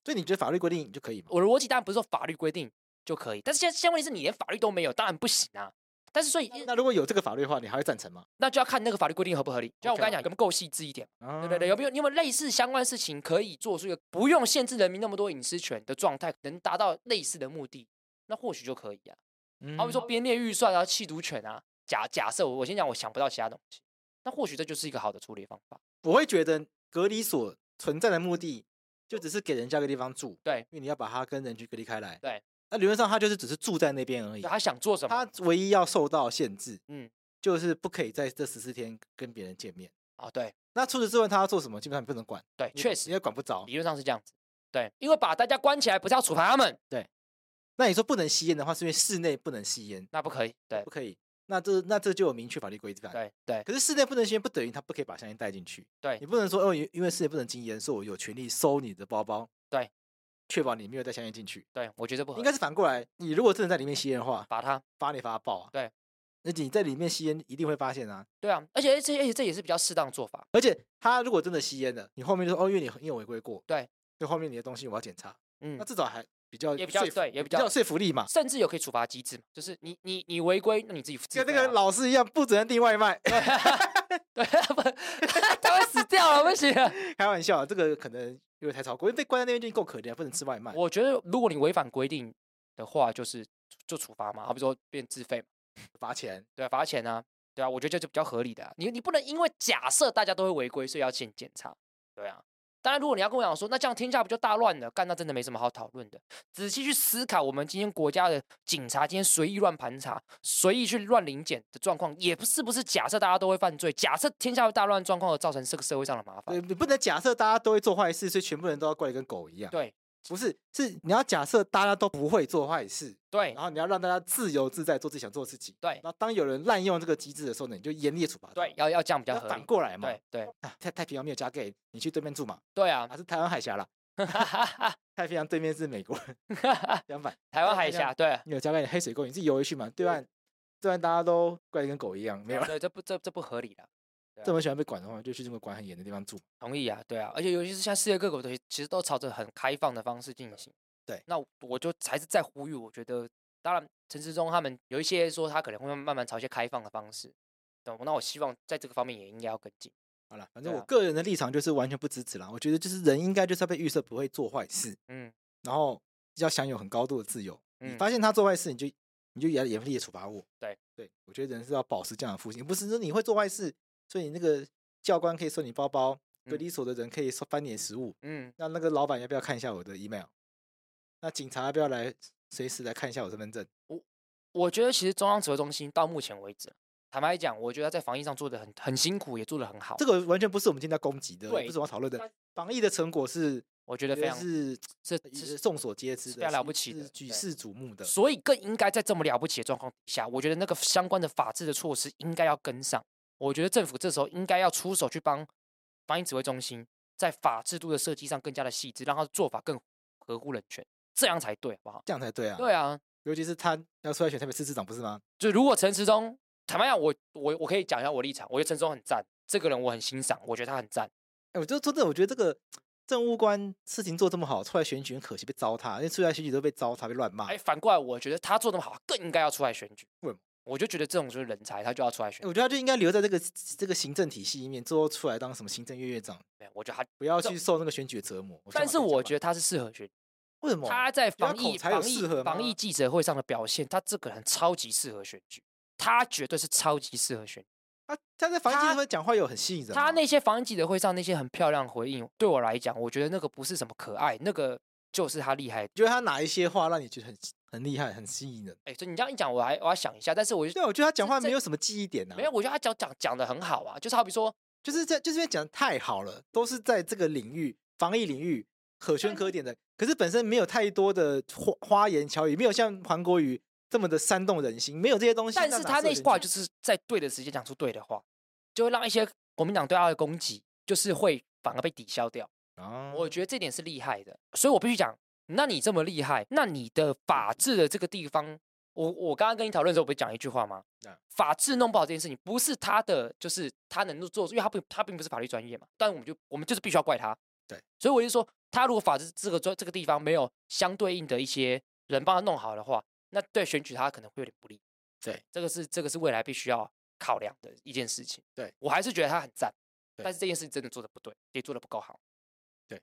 Speaker 3: 所以你觉得法律规定就可以吗？
Speaker 2: 我的逻辑当然不是说法律规定就可以，但是现在现在问题是你连法律都没有，当然不行啊。但是所以
Speaker 3: 那如果有这个法律的话，你还会赞成吗？
Speaker 2: 那就要看那个法律规定合不合理。就像我
Speaker 3: OK
Speaker 2: 刚才讲，
Speaker 3: 啦
Speaker 2: 有没有够细致一点。
Speaker 3: 对
Speaker 2: 对对对，有没有你有没有类似相关的事情可以做出一个不用限制人民那么多隐私权的状态，能达到类似的目的，那或许就可以啊。
Speaker 3: 有
Speaker 2: 好比说编列预算啊、弃毒权啊，假假设我我先讲，我想不到其他东西，那或许这就是一个好的处理方法。
Speaker 3: 我会觉得隔离所存在的目的，就只是给人家个地方住，
Speaker 2: 对
Speaker 3: 因为你要把它跟人群隔离开来，
Speaker 2: 对。
Speaker 3: 那理论上他就是只是住在那边而已
Speaker 2: 就，他想做什么
Speaker 3: 他？唯一要受到限制，
Speaker 2: 嗯，
Speaker 3: 就是不可以在这十四天跟别人见面。
Speaker 2: 啊，对
Speaker 3: 那除此之外，他要做什么，基本上你不能管，
Speaker 2: 对，
Speaker 3: 你也
Speaker 2: 确
Speaker 3: 管你
Speaker 2: 实，
Speaker 3: 也管不着。
Speaker 2: 理论上是这样子。对，因为把大家关起来不是要处罚他们，
Speaker 3: 那你说不能吸烟的话，是因为室内不能吸烟，
Speaker 2: 那不可以。对
Speaker 3: 不可以。那这那这就有明确法律规范。
Speaker 2: 对对
Speaker 3: 可是室内不能吸烟，不等于他不可以把香烟带进去。
Speaker 2: 对
Speaker 3: 你不能说哦，因因为室内不能禁烟，所以我有权利搜你的包包，
Speaker 2: 对，
Speaker 3: 确保你没有带香烟进去。
Speaker 2: 对，我觉得不合
Speaker 3: 应
Speaker 2: 理
Speaker 3: 该是反过来，你如果真的在里面吸烟的话，
Speaker 2: 罚他。
Speaker 3: 罚你罚爆啊。
Speaker 2: 对，
Speaker 3: 那你在里面吸烟一定会发现啊。
Speaker 2: 对啊，而且这而且这也是比较适当的做法。
Speaker 3: 而且他如果真的吸烟了，你后面就说哦，因为你因为我违规过，
Speaker 2: 对，
Speaker 3: 所以后面你的东西我要检查，
Speaker 2: 嗯
Speaker 3: 那，至少还比较
Speaker 2: 也比较
Speaker 3: 说服
Speaker 2: 对，也比
Speaker 3: 比较
Speaker 2: 较
Speaker 3: 有说服力嘛。
Speaker 2: 甚至有可以处罚机制嘛，就是你你你违规，那你自己自
Speaker 3: 跟那
Speaker 2: 费
Speaker 3: 个
Speaker 2: 啊
Speaker 3: 老师一样，不准订外卖。
Speaker 2: 对啊 对啊，不他会死掉了，不行啊。
Speaker 3: 开玩笑，这个可能有点太超过，因为被关在那边就已经够可怜了，不能吃外卖。
Speaker 2: 我觉得如果你违反规定的话，就是就处罚嘛，好比说变自费嘛，
Speaker 3: 罚钱，
Speaker 2: 对啊，罚钱啊，对啊，我觉得这就比较合理的啊、你你不能因为假设大家都会违规，所以要进检查，对啊。当然，如果你要跟我讲说，那这样天下不就大乱了？干，那真的没什么好讨论的。仔细去思考，我们今天国家的警察今天随意乱盘查、随意去乱临检的状况，也不是不是假设大家都会犯罪，假设天下会大乱状况而造成这个社会上的麻
Speaker 3: 对，
Speaker 2: 烦。
Speaker 3: 你不能假设大家都会做坏事，所以全部人都要怪得跟狗一样。
Speaker 2: 对
Speaker 3: 不是，是你要假设大家都不会做坏事，
Speaker 2: 对
Speaker 3: 然后你要让大家自由自在做自己想做的事情。
Speaker 2: 对
Speaker 3: 然后当有人滥用这个机制的时候呢，你就严厉地处罚他。
Speaker 2: 对，，要要这样比较
Speaker 3: 要
Speaker 2: 合
Speaker 3: 反
Speaker 2: 理。
Speaker 3: 过来嘛。
Speaker 2: 对 对
Speaker 3: 啊，太太平洋没有加给你去对面住嘛，
Speaker 2: 对啊
Speaker 3: 啊，是台湾海峡啦， 太平洋对面是美国，相反，
Speaker 2: 台湾海
Speaker 3: 这样
Speaker 2: 峡，对
Speaker 3: 你有加给你黑水沟，你自己游回去嘛，对岸对岸大家都怪得跟狗一样，没有。
Speaker 2: 对，这啊不这这不合理的，
Speaker 3: 这么喜欢被管的话，就去这么管很严的地方住。
Speaker 2: 同意啊，对啊，而且尤其是像世界各国都其实都朝着很开放的方式进行。
Speaker 3: 对
Speaker 2: 那我就还是在呼吁，我觉得当然陈时中他们有一些说他可能会慢慢朝一些开放的方式，懂？那我希望在这个方面也应该要跟进。
Speaker 3: 好了，反正
Speaker 2: 对
Speaker 3: 我
Speaker 2: 啊
Speaker 3: 个人的立场就是完全不支持啦。我觉得就是人应该就是要被预设不会做坏事，
Speaker 2: 嗯
Speaker 3: 然后要享有很高度的自由。你
Speaker 2: 嗯
Speaker 3: 发现他做坏事，你就你就严严厉的处罚我。
Speaker 2: 对
Speaker 3: 对，我觉得人是要保持这样的父性，不是说你会做坏事，所以你那个教官可以收你包包，隔
Speaker 2: 嗯
Speaker 3: 离所的人可以收翻你的食物，
Speaker 2: 嗯，
Speaker 3: 那那个老板要不要看一下我的 email？那警察要不要来随时来看一下我身份证？
Speaker 2: 我觉得其实中央指挥中心到目前为止，坦白讲，我觉得在防疫上做的很很辛苦，也做的很好。
Speaker 3: 这个完全不是我们今天要攻击的，也
Speaker 2: 对
Speaker 3: 不是我要讨论
Speaker 2: 但
Speaker 3: 的。防疫的成果是，
Speaker 2: 我觉得
Speaker 3: 我觉
Speaker 2: 非
Speaker 3: 得
Speaker 2: 常
Speaker 3: 是
Speaker 2: 是
Speaker 3: 是
Speaker 2: 是
Speaker 3: 呃众所皆知
Speaker 2: 是
Speaker 3: 的，
Speaker 2: 非常了
Speaker 3: 是
Speaker 2: 不起
Speaker 3: 是
Speaker 2: 的
Speaker 3: 举
Speaker 2: 对
Speaker 3: 世瞩目的。
Speaker 2: 所以更应该在这么了不起的状况底下，我觉得那个相关的法制的措施应该要跟上。我觉得政府这时候应该要出手去帮防疫指挥中心在法制度的设计上更加的细致，让它的做法更合乎人权，这样才对，好不好？
Speaker 3: 这样才对啊！
Speaker 2: 对啊，
Speaker 3: 尤其是他要出来选台北市市长，不是吗？
Speaker 2: 就如果陈时中，坦白讲，我我我可以讲一下我立场，我觉得陈时中很赞，这个人我很欣赏，我觉得他很赞。
Speaker 3: 哎、我就真的，我觉得这个政务官事情做这么好，出来选举很可惜被糟蹋，因为出来选举都被糟蹋，被乱骂。
Speaker 2: 哎，
Speaker 3: 哎、
Speaker 2: 反过来，我觉得他做那么好，更应该要出来选举。
Speaker 3: 为什么
Speaker 2: 我就觉得这种就是人才，他就要出来选
Speaker 3: 我觉得他就应该留在这个这个行政体系里面，最后出来当什么行政院院长，
Speaker 2: 举。我觉得他，
Speaker 3: 不要
Speaker 2: 这
Speaker 3: 去受那个选举的折磨。
Speaker 2: 但是我觉
Speaker 3: 得
Speaker 2: 得他是适合选
Speaker 3: 为什么
Speaker 2: 他在
Speaker 3: 他
Speaker 2: 防
Speaker 3: 哦口
Speaker 2: 疫
Speaker 3: 才有
Speaker 2: 防
Speaker 3: 适合
Speaker 2: 疫防
Speaker 3: 吗
Speaker 2: 疫记者会上的表现，他这个人超级适合选举，他绝对是超级适合选举。
Speaker 3: 他他在防疫
Speaker 2: 他
Speaker 3: 期间讲话有很吸引人吗？
Speaker 2: 他那些防疫记者会上那些很漂亮的回应，对我来讲，我觉得那个不是什么可爱，那个就是他厉害。
Speaker 3: 你觉得他哪一些话让你觉得很很厉害、很吸引人？
Speaker 2: 哎，所以你这样一讲，我还我要想一下，但是我就
Speaker 3: 对啊，我觉得他讲
Speaker 2: 这
Speaker 3: 话没
Speaker 2: 这
Speaker 3: 有什么记忆点呐、
Speaker 2: 没有，，我觉得他讲讲讲的很好啊，就是好比说，
Speaker 3: 就是在就是因为讲的太好了，都是在这个领域防疫领域可圈可点的，可是本身没有太多的花花言巧语，没有像韩国语这么的煽动人心，没有这些东西。
Speaker 2: 但是他那
Speaker 3: 些
Speaker 2: 些话就是在对的时间讲出对的话，就会让一些国民党对他的攻击，就是会反而被抵消掉。
Speaker 3: 啊，
Speaker 2: 我觉得这点是厉害的，所以我必须讲，那你这么厉害，那你的法治的这个地方，我我刚刚跟你讨论的时候，我不是讲一句话吗
Speaker 3: 嗯？
Speaker 2: 法治弄不好这件事情，不是他的，就是他能够做，因为他不他并不是法律专业嘛，但我们就我们就是必须要怪他。
Speaker 3: 对，
Speaker 2: 所以我就说，他如果法治这个专这个地方没有相对应的一些人帮他弄好的话，那对选举他可能会有点不利。
Speaker 3: 对，
Speaker 2: 这个是这个是未来必须要考量的一件事情。
Speaker 3: 对
Speaker 2: 我还是觉得他很赞，
Speaker 3: 对
Speaker 2: 但是这件事真的做的不对，也做的不够好。
Speaker 3: 对，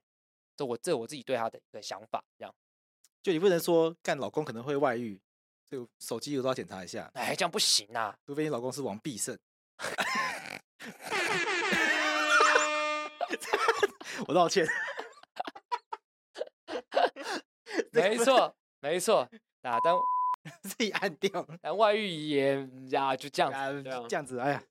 Speaker 2: 这我这我自己对他的一个想法，这样，
Speaker 3: 就你不能说干老公可能会外遇，所以手机我都要检查一下，
Speaker 2: 哎，这样不行 啊！
Speaker 3: 除非你老公是王必 胜。 我道歉，
Speaker 2: 没错，没错，啊，但
Speaker 3: 自己按掉。
Speaker 2: 但外遇也嗯呀，就 这样
Speaker 3: 啊
Speaker 2: 子，这样，
Speaker 3: 这样子，哎呀，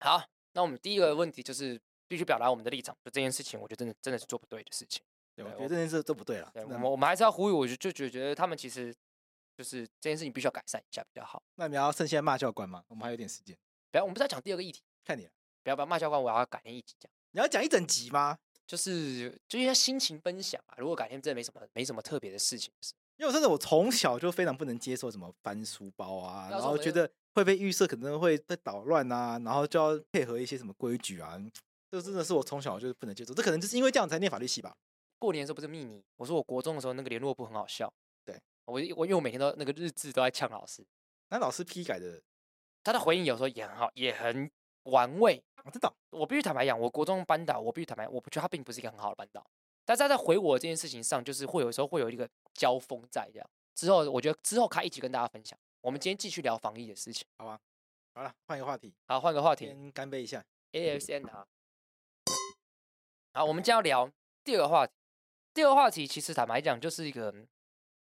Speaker 2: 好，那我们第一个问题就是必须表达我们的立场，就这件事情，我觉得真的真的是做不对的事情。
Speaker 3: 对我
Speaker 2: 对
Speaker 3: 觉得
Speaker 2: 我
Speaker 3: 这件事都不对了。
Speaker 2: 对，
Speaker 3: 真的
Speaker 2: 我们我们还是要呼吁，我就就觉得他们其实就是这件事情必须要改善一下比较好。
Speaker 3: 那你要趁现在骂教官吗？我们还有点时间，
Speaker 2: 不要，我们不是要讲第二个议题，
Speaker 3: 看你了。
Speaker 2: 不要不要骂教官，我要改天一起讲。
Speaker 3: 你要讲一整集吗？
Speaker 2: 就是就是要心情分享啊。如果改天真的没什么没什么特别的事情的时候，
Speaker 3: 因为我真的我从小就非常不能接受什么翻书包啊，
Speaker 2: 到
Speaker 3: 然
Speaker 2: 时候
Speaker 3: 后
Speaker 2: 没
Speaker 3: 觉
Speaker 2: 有
Speaker 3: 得会被预设可能会被捣乱啊，然后就要配合一些什么规矩啊，这真的是我从小就是不能接受。这可能就是因为这样才念法律系吧。
Speaker 2: 过年的时候不是密你，我说我国中的时候那个联络簿很好笑。
Speaker 3: 对，
Speaker 2: 我我因为我每天都那个日志都在呛老师，
Speaker 3: 那老师批改的，
Speaker 2: 他的回应有时候也很好，也很玩味。
Speaker 3: 我知道，
Speaker 2: 我必须坦白讲，我国中班导，我必须坦白，我不觉得他并不是一个很好的班导，但是他在回我这件事情上，就是会有时候会有一个交锋在这样。之后我觉得之后开一集跟大家分享。我们今天继续聊防疫的事情。
Speaker 3: 好了，换一个话题，
Speaker 2: 好，换个话题。
Speaker 3: 先干杯一下。
Speaker 2: ASN 啊。好，我们今天要聊第二个话题。第二个话题其实坦白讲，就是一个嗯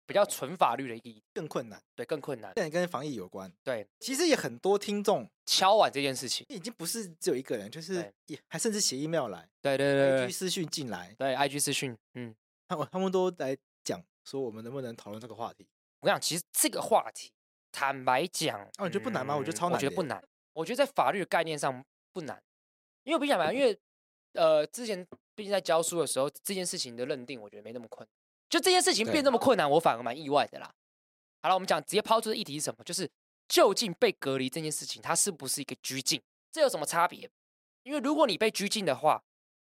Speaker 2: 比较纯法律的一个议题，
Speaker 3: 更困难，
Speaker 2: 对，更困难。
Speaker 3: 但跟防疫有关。
Speaker 2: 对，
Speaker 3: 其实也很多听众
Speaker 2: 敲碗这件事情，
Speaker 3: 已经不是只有一个人，就是
Speaker 2: 对
Speaker 3: 也还甚至写 email 来
Speaker 2: 对对对
Speaker 3: ，IG
Speaker 2: 对
Speaker 3: 私讯进来，
Speaker 2: 对，IG 私讯，嗯，
Speaker 3: 他们他们都来讲说我们能不能讨论这个话题。
Speaker 2: 我跟你讲，其实这个话题，坦白讲，
Speaker 3: 哦你觉得不难吗我觉
Speaker 2: 嗯
Speaker 3: 得超
Speaker 2: 我
Speaker 3: 难
Speaker 2: 觉
Speaker 3: 的
Speaker 2: 得不
Speaker 3: 耶
Speaker 2: 难，我觉得在法律的概念上不难，因为不想白，因为呃，之前毕竟在教书的时候，这件事情的认定，我觉得没那么困难。就这件事情
Speaker 3: 对
Speaker 2: 变这么困难，我反而蛮意外的啦。好了，我们讲直接抛出的议题是什么？就是究竟被隔离这件事情，它是不是一个拘禁？这有什么差别？因为如果你被拘禁的话，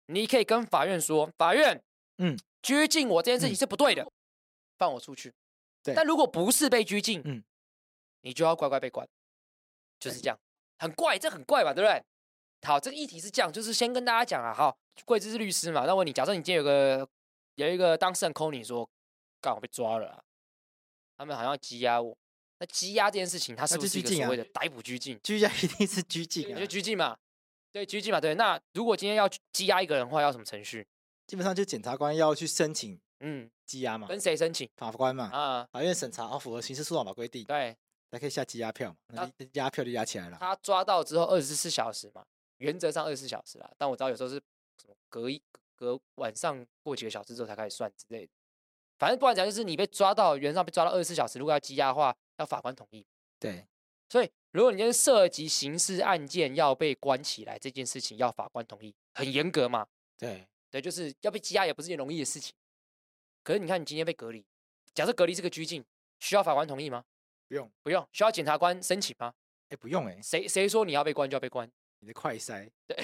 Speaker 2: 你可以跟法院说，法院，
Speaker 3: 嗯，
Speaker 2: 拘禁我这件事情
Speaker 3: 嗯
Speaker 2: 是不对的，放我出去。
Speaker 3: 对
Speaker 2: 但如果不是被拘禁，
Speaker 3: 嗯
Speaker 2: 嗯，你就要乖乖被关，就是这样，很怪，这很怪吧，对不对？好，这个议题是这样，就是先跟大家讲啊，好，贵志是律师嘛，那我问你，假设你今天有个有一个当事人 call 你说，干我被抓了啊、他们好像要羁押我。那羁押这件事情，它是
Speaker 3: 那
Speaker 2: 不
Speaker 3: 就是
Speaker 2: 一
Speaker 3: 拘
Speaker 2: 个
Speaker 3: 禁
Speaker 2: 所
Speaker 3: 啊
Speaker 2: 谓的逮捕拘禁？
Speaker 3: 居家一定是拘禁
Speaker 2: 你
Speaker 3: 啊
Speaker 2: 就，拘禁嘛，对，拘禁嘛，对。那如果今天要羁押一个人的话，要什么程序？
Speaker 3: 基本上就检察官要去申请
Speaker 2: 嗯，
Speaker 3: 羁押嘛，
Speaker 2: 跟谁申请
Speaker 3: 法官嘛，
Speaker 2: 啊？
Speaker 3: 法院审查哦，符合刑事诉讼法规定，
Speaker 2: 对
Speaker 3: 才可以下羁押票嘛，那
Speaker 2: 啊
Speaker 3: 就押票就押起来了。
Speaker 2: 他抓到之后二十四小时嘛，原则上二十四小时啦。但我知道有时候是什么隔一隔晚上过几个小时之后才开始算之类的。反正不管怎样，就是你被抓到，原则上被抓到二十四小时，如果要羁押的话，要法官同意。
Speaker 3: 对，
Speaker 2: 所以，如果你今天涉及刑事案件要被关起来这件事情，要法官同意，很严格嘛？
Speaker 3: 对，
Speaker 2: 对，就是要被羁押也不是件容易的事情。可是你看，你今天被隔离，假设隔离是个拘禁，需要法官同意吗？
Speaker 3: 不用，
Speaker 2: 不用，需要检察官申请吗？
Speaker 3: 哎，不用哎，
Speaker 2: 谁谁说你要被关就要被关？
Speaker 3: 你的快筛，
Speaker 2: 对，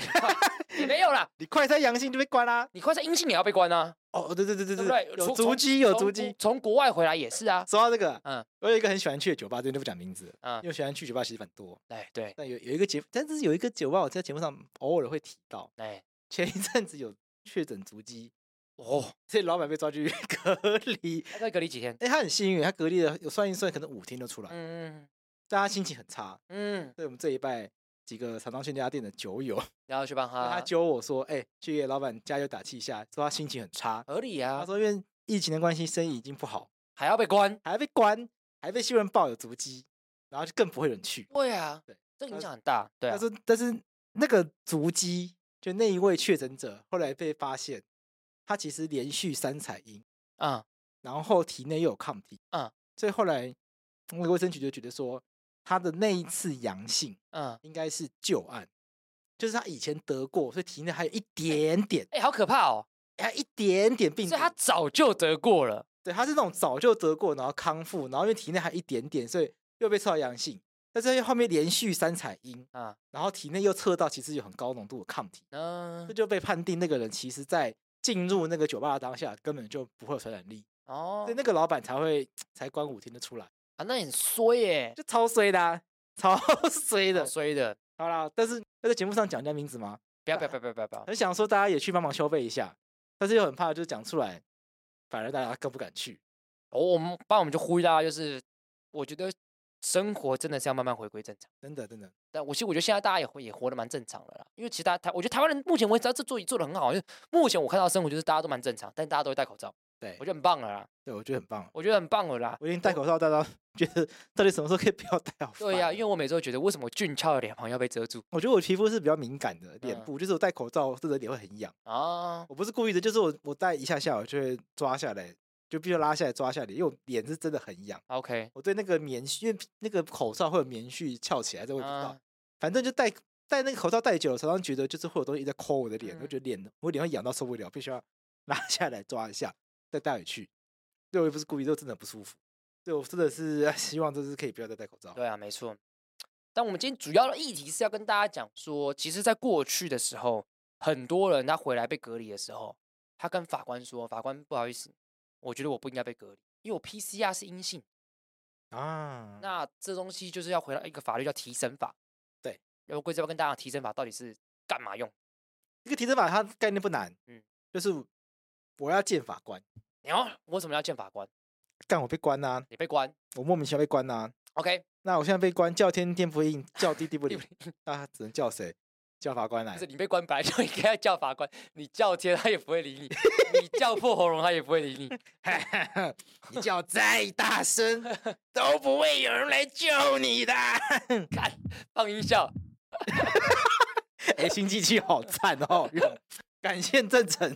Speaker 2: 也 没有啦，
Speaker 3: 你快筛阳性就被关啦。
Speaker 2: 你快筛阴性也要被关啊，
Speaker 3: 哦，对对对对
Speaker 2: 对不对？
Speaker 3: 有
Speaker 2: 从
Speaker 3: 足
Speaker 2: 从
Speaker 3: 迹有
Speaker 2: 从
Speaker 3: 足
Speaker 2: 国
Speaker 3: 迹。
Speaker 2: 从国外回来也是啊。
Speaker 3: 说到这个，
Speaker 2: 嗯
Speaker 3: 嗯，我有一个很喜欢去的酒吧，这边都不讲名字了，
Speaker 2: 嗯
Speaker 3: 因为我喜欢去酒吧其实蛮多，
Speaker 2: 哎，对，
Speaker 3: 但有有一个节，但是有一个酒吧我在节目上偶尔会提到，
Speaker 2: 哎，
Speaker 3: 前一阵子有确诊足迹，
Speaker 2: 哦，
Speaker 3: 所以老板被抓去 隔离。
Speaker 2: 他在隔离几天？
Speaker 3: 哎、他很幸运，他隔离了，有算一算，可能五天就出来，
Speaker 2: 嗯
Speaker 3: 但他心情很差。
Speaker 2: 嗯，
Speaker 3: 所以我们这一拜几个长庄全家店的酒友，
Speaker 2: 然后去帮他，
Speaker 3: 他揪我说：“哎、去给老板加油打气一下。”说他心情很差，
Speaker 2: 合理
Speaker 3: 他
Speaker 2: 啊，
Speaker 3: 说因为疫情的关系，生意已经不好，
Speaker 2: 还要被关。
Speaker 3: 还被关，还被新闻报有足迹，然后就更不会有人去。
Speaker 2: 对啊，
Speaker 3: 对，
Speaker 2: 这影
Speaker 3: 但
Speaker 2: 响很大。对啊
Speaker 3: 他，说，但是那个足迹，就那一位确诊者，后来被发现，他其实连续三采阴，
Speaker 2: 嗯，
Speaker 3: 然后体内又有抗体，
Speaker 2: 嗯，
Speaker 3: 所以后来那个卫生局就觉得说，他的那一次阳性
Speaker 2: 嗯，
Speaker 3: 应该是旧案，就是他以前得过，所以体内还有一点点，
Speaker 2: 哎，好可怕哦！
Speaker 3: 还有一点点病毒，
Speaker 2: 所以他早就得过了，
Speaker 3: 对，他是那种早就得过，然后康复，然后因为体内还有一点点，所以又被测到阳性，但是后面连续三采阴
Speaker 2: 啊，
Speaker 3: 然后体内又测到其实有很高浓度的抗体。
Speaker 2: 嗯
Speaker 3: 这，就被判定那个人其实在进入那个酒吧的当下根本就不会有传染力，
Speaker 2: 哦
Speaker 3: 所以，那个老板才会才关五天就出来，
Speaker 2: 啊，那你很衰耶，
Speaker 3: 就超衰的、啊， 超衰
Speaker 2: 好
Speaker 3: 的。
Speaker 2: 衰的，
Speaker 3: 好啦，但是要在节目上讲人家名字吗？
Speaker 2: 不要不要不要不要不要不要，
Speaker 3: 很想说大家也去帮忙消费一下，但是又很怕就是讲出来，反而大家更不敢去。
Speaker 2: 哦我我们帮我们就呼吁大家，就是我觉得生活真的是要慢慢回归正常。
Speaker 3: 真的，真的，
Speaker 2: 但我其实我觉得现在大家也活也活得蛮正常的啦，因为其实大家台，我觉得台湾人目前为止他这做也做得很好，就是目前我看到的生活就是大家都蛮正常，但大家都会戴口罩，
Speaker 3: 对
Speaker 2: 我，觉得很棒了啦，
Speaker 3: 对我觉得很棒。
Speaker 2: 我觉得很棒了啦。
Speaker 3: 我已经戴口罩戴到 觉得到底什么时候可以不要戴好？
Speaker 2: 哦对呀、因为
Speaker 3: 为
Speaker 2: 我每次都觉得为什么俊俏的脸庞要被遮 住
Speaker 3: 我觉得我皮肤是比较敏感的，脸
Speaker 2: 嗯
Speaker 3: 部就是我戴口罩，这个脸会很痒。
Speaker 2: 啊？
Speaker 3: 我不是故意的，就是我我戴一下下我就会抓下来，就必须拉下来抓下来，因为我脸是真的很痒。
Speaker 2: OK，
Speaker 3: 我对那个棉絮，因为那个口罩会有棉絮翘起来，这我也不知道。
Speaker 2: 啊
Speaker 3: 反正就戴戴那个口罩戴久了，常常觉得就是会有东西在抠我的脸，我
Speaker 2: 嗯
Speaker 3: 觉得脸我脸会痒到受不了，必须要 拉下来抓一下，再戴回去。对我也不是故意，就真的不舒服。对我真的是 希望这次可以不要再戴口罩。
Speaker 2: 对啊，没错。但我们今天主要的议题是要跟大家讲说，其实，在过去的时候，很多人他回来被隔离的时候，他跟法官说：“法官，不好意思，我觉得我不应该被隔离，因为我 PCR 是阴性。
Speaker 3: 啊，
Speaker 2: 那这东西就是要回到一个法律叫提审法。
Speaker 3: 对，
Speaker 2: 要不贵要跟大家讲提审法到底是干嘛用？
Speaker 3: 这个提审法它概念不难，
Speaker 2: 嗯
Speaker 3: 就是我要见法官，
Speaker 2: 你要为什么要见法官？
Speaker 3: 干我被关呐、
Speaker 2: 你被关
Speaker 3: 我莫名其妙被关呐、
Speaker 2: ，OK，
Speaker 3: 那我现在被关，叫天天不应，叫地地不灵，那他只能叫谁？叫法官来
Speaker 2: 不是。你被关本来就应该要叫法官，你叫天他也不会理你，你叫破喉咙他也不会理 你。
Speaker 3: 你叫再大 声，都不会有人来救你的。
Speaker 2: 看，放音效，
Speaker 3: 哎，新机器好赞哦！用感谢郑成，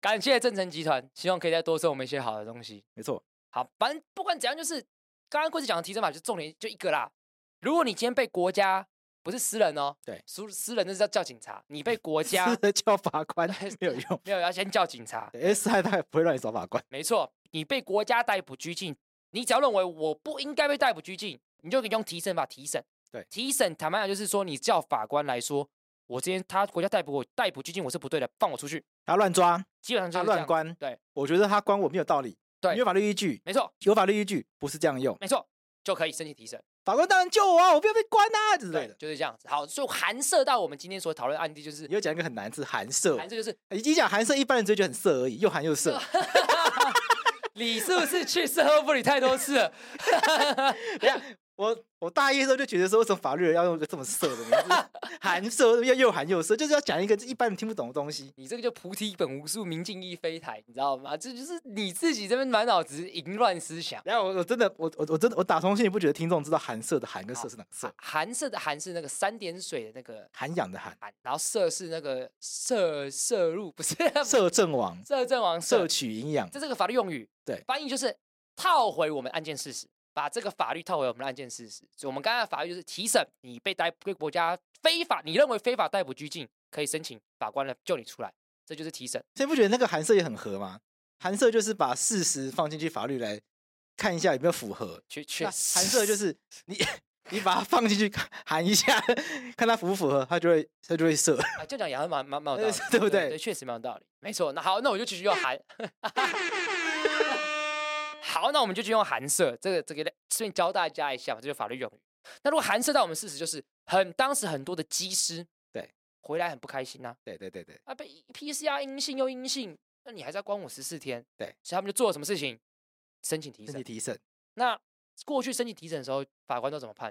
Speaker 2: 感谢正成集团，希望可以再多送我们一些好的东西。
Speaker 3: 没错，
Speaker 2: 好，反正不管怎样，就是刚刚贵子讲的提升法，就重点就一个啦。如果你今天被国家不是私人哦，
Speaker 3: 对
Speaker 2: 私私人那是要叫警察，你被国家
Speaker 3: 是叫法官没有用。
Speaker 2: 没有要先叫警察，
Speaker 3: 对 S 害他也不会让你找法官，
Speaker 2: 没错，你被国家逮捕拘禁，你只要认为我不应该被逮捕拘禁，你就可以用提审法提审。
Speaker 3: 对
Speaker 2: 提审坦白讲就是说，你叫法官来说，我今天他国家逮捕我逮捕拘禁我是不对的，放我出去，
Speaker 3: 他乱抓，
Speaker 2: 基本上就
Speaker 3: 他
Speaker 2: 是这
Speaker 3: 乱
Speaker 2: 样。
Speaker 3: 关。
Speaker 2: 对，
Speaker 3: 我觉得他关我没有道理，
Speaker 2: 对
Speaker 3: 没有法律依据，
Speaker 2: 没错，
Speaker 3: 有法律依据不是这样用。
Speaker 2: 没错，就可以申请提审。
Speaker 3: 法官当然救我啊，我不要被关啊之类的。
Speaker 2: 就是这样子。好，所以含涉到我们今天所讨论的案例，就是
Speaker 3: 你又讲一个很难字，含色
Speaker 2: 含。涉就是
Speaker 3: 已经讲含色，一般人只会觉得很色而已，又含又色。
Speaker 2: 你是不是去吃喝不理太多次了？
Speaker 3: 我我大一的时候就觉得说，为什么法律人要用一个这么色的名字， 含色要又含又色，就是要讲一个一般人听不懂的东西。
Speaker 2: 你这个就菩提本无树，明镜亦非台，你知道吗？这就是你自己这边满脑子淫乱思想。
Speaker 3: 然后我我真的我我我真的我打从心里不觉得听众知道含色的含跟色是哪个色，
Speaker 2: 寒色的寒是那个三点水的那个
Speaker 3: 涵养的涵，
Speaker 2: 寒，然后色是那个摄摄入，不是
Speaker 3: 摄政王，
Speaker 2: 摄政王摄
Speaker 3: 摄，取营养
Speaker 2: 这。是个法律用语。
Speaker 3: 对
Speaker 2: 翻译就是套回我们案件事实，把这个法律套回我们的案件事实。所以我们刚才的法律就是提审你被逮被国家非法，你认为非法逮捕拘禁，可以申请法官来救你出来，这就是提审。
Speaker 3: 所以不觉得那个含色也很合吗？含色就是把事实放进去法律来看一下有没有符合，
Speaker 2: 确确
Speaker 3: 那
Speaker 2: 实
Speaker 3: 含色就是你你把它放进去看含一下， 看它符不符合，它就会它就会射。 ，
Speaker 2: 啊，这样讲也还蛮蛮蛮有道理
Speaker 3: 对不对
Speaker 2: 对，确实蛮有道理，没错。那好，那我就继续用韩。 好，那我们就去用韩色，这个这个顺便教大家一下嘛，这就是法律用语。那如果韩色到我们事实就是很当时很多的机师
Speaker 3: 对
Speaker 2: 回来很不开心呐、
Speaker 3: 对对对对，
Speaker 2: 啊，被 PCR 阴性又阴性，那你还是要关我十四天，
Speaker 3: 对，
Speaker 2: 所以他们就做了什么事情？申请提
Speaker 3: 身体
Speaker 2: 审。
Speaker 3: 提审，
Speaker 2: 那过去申请提审的时候，法官都怎么判？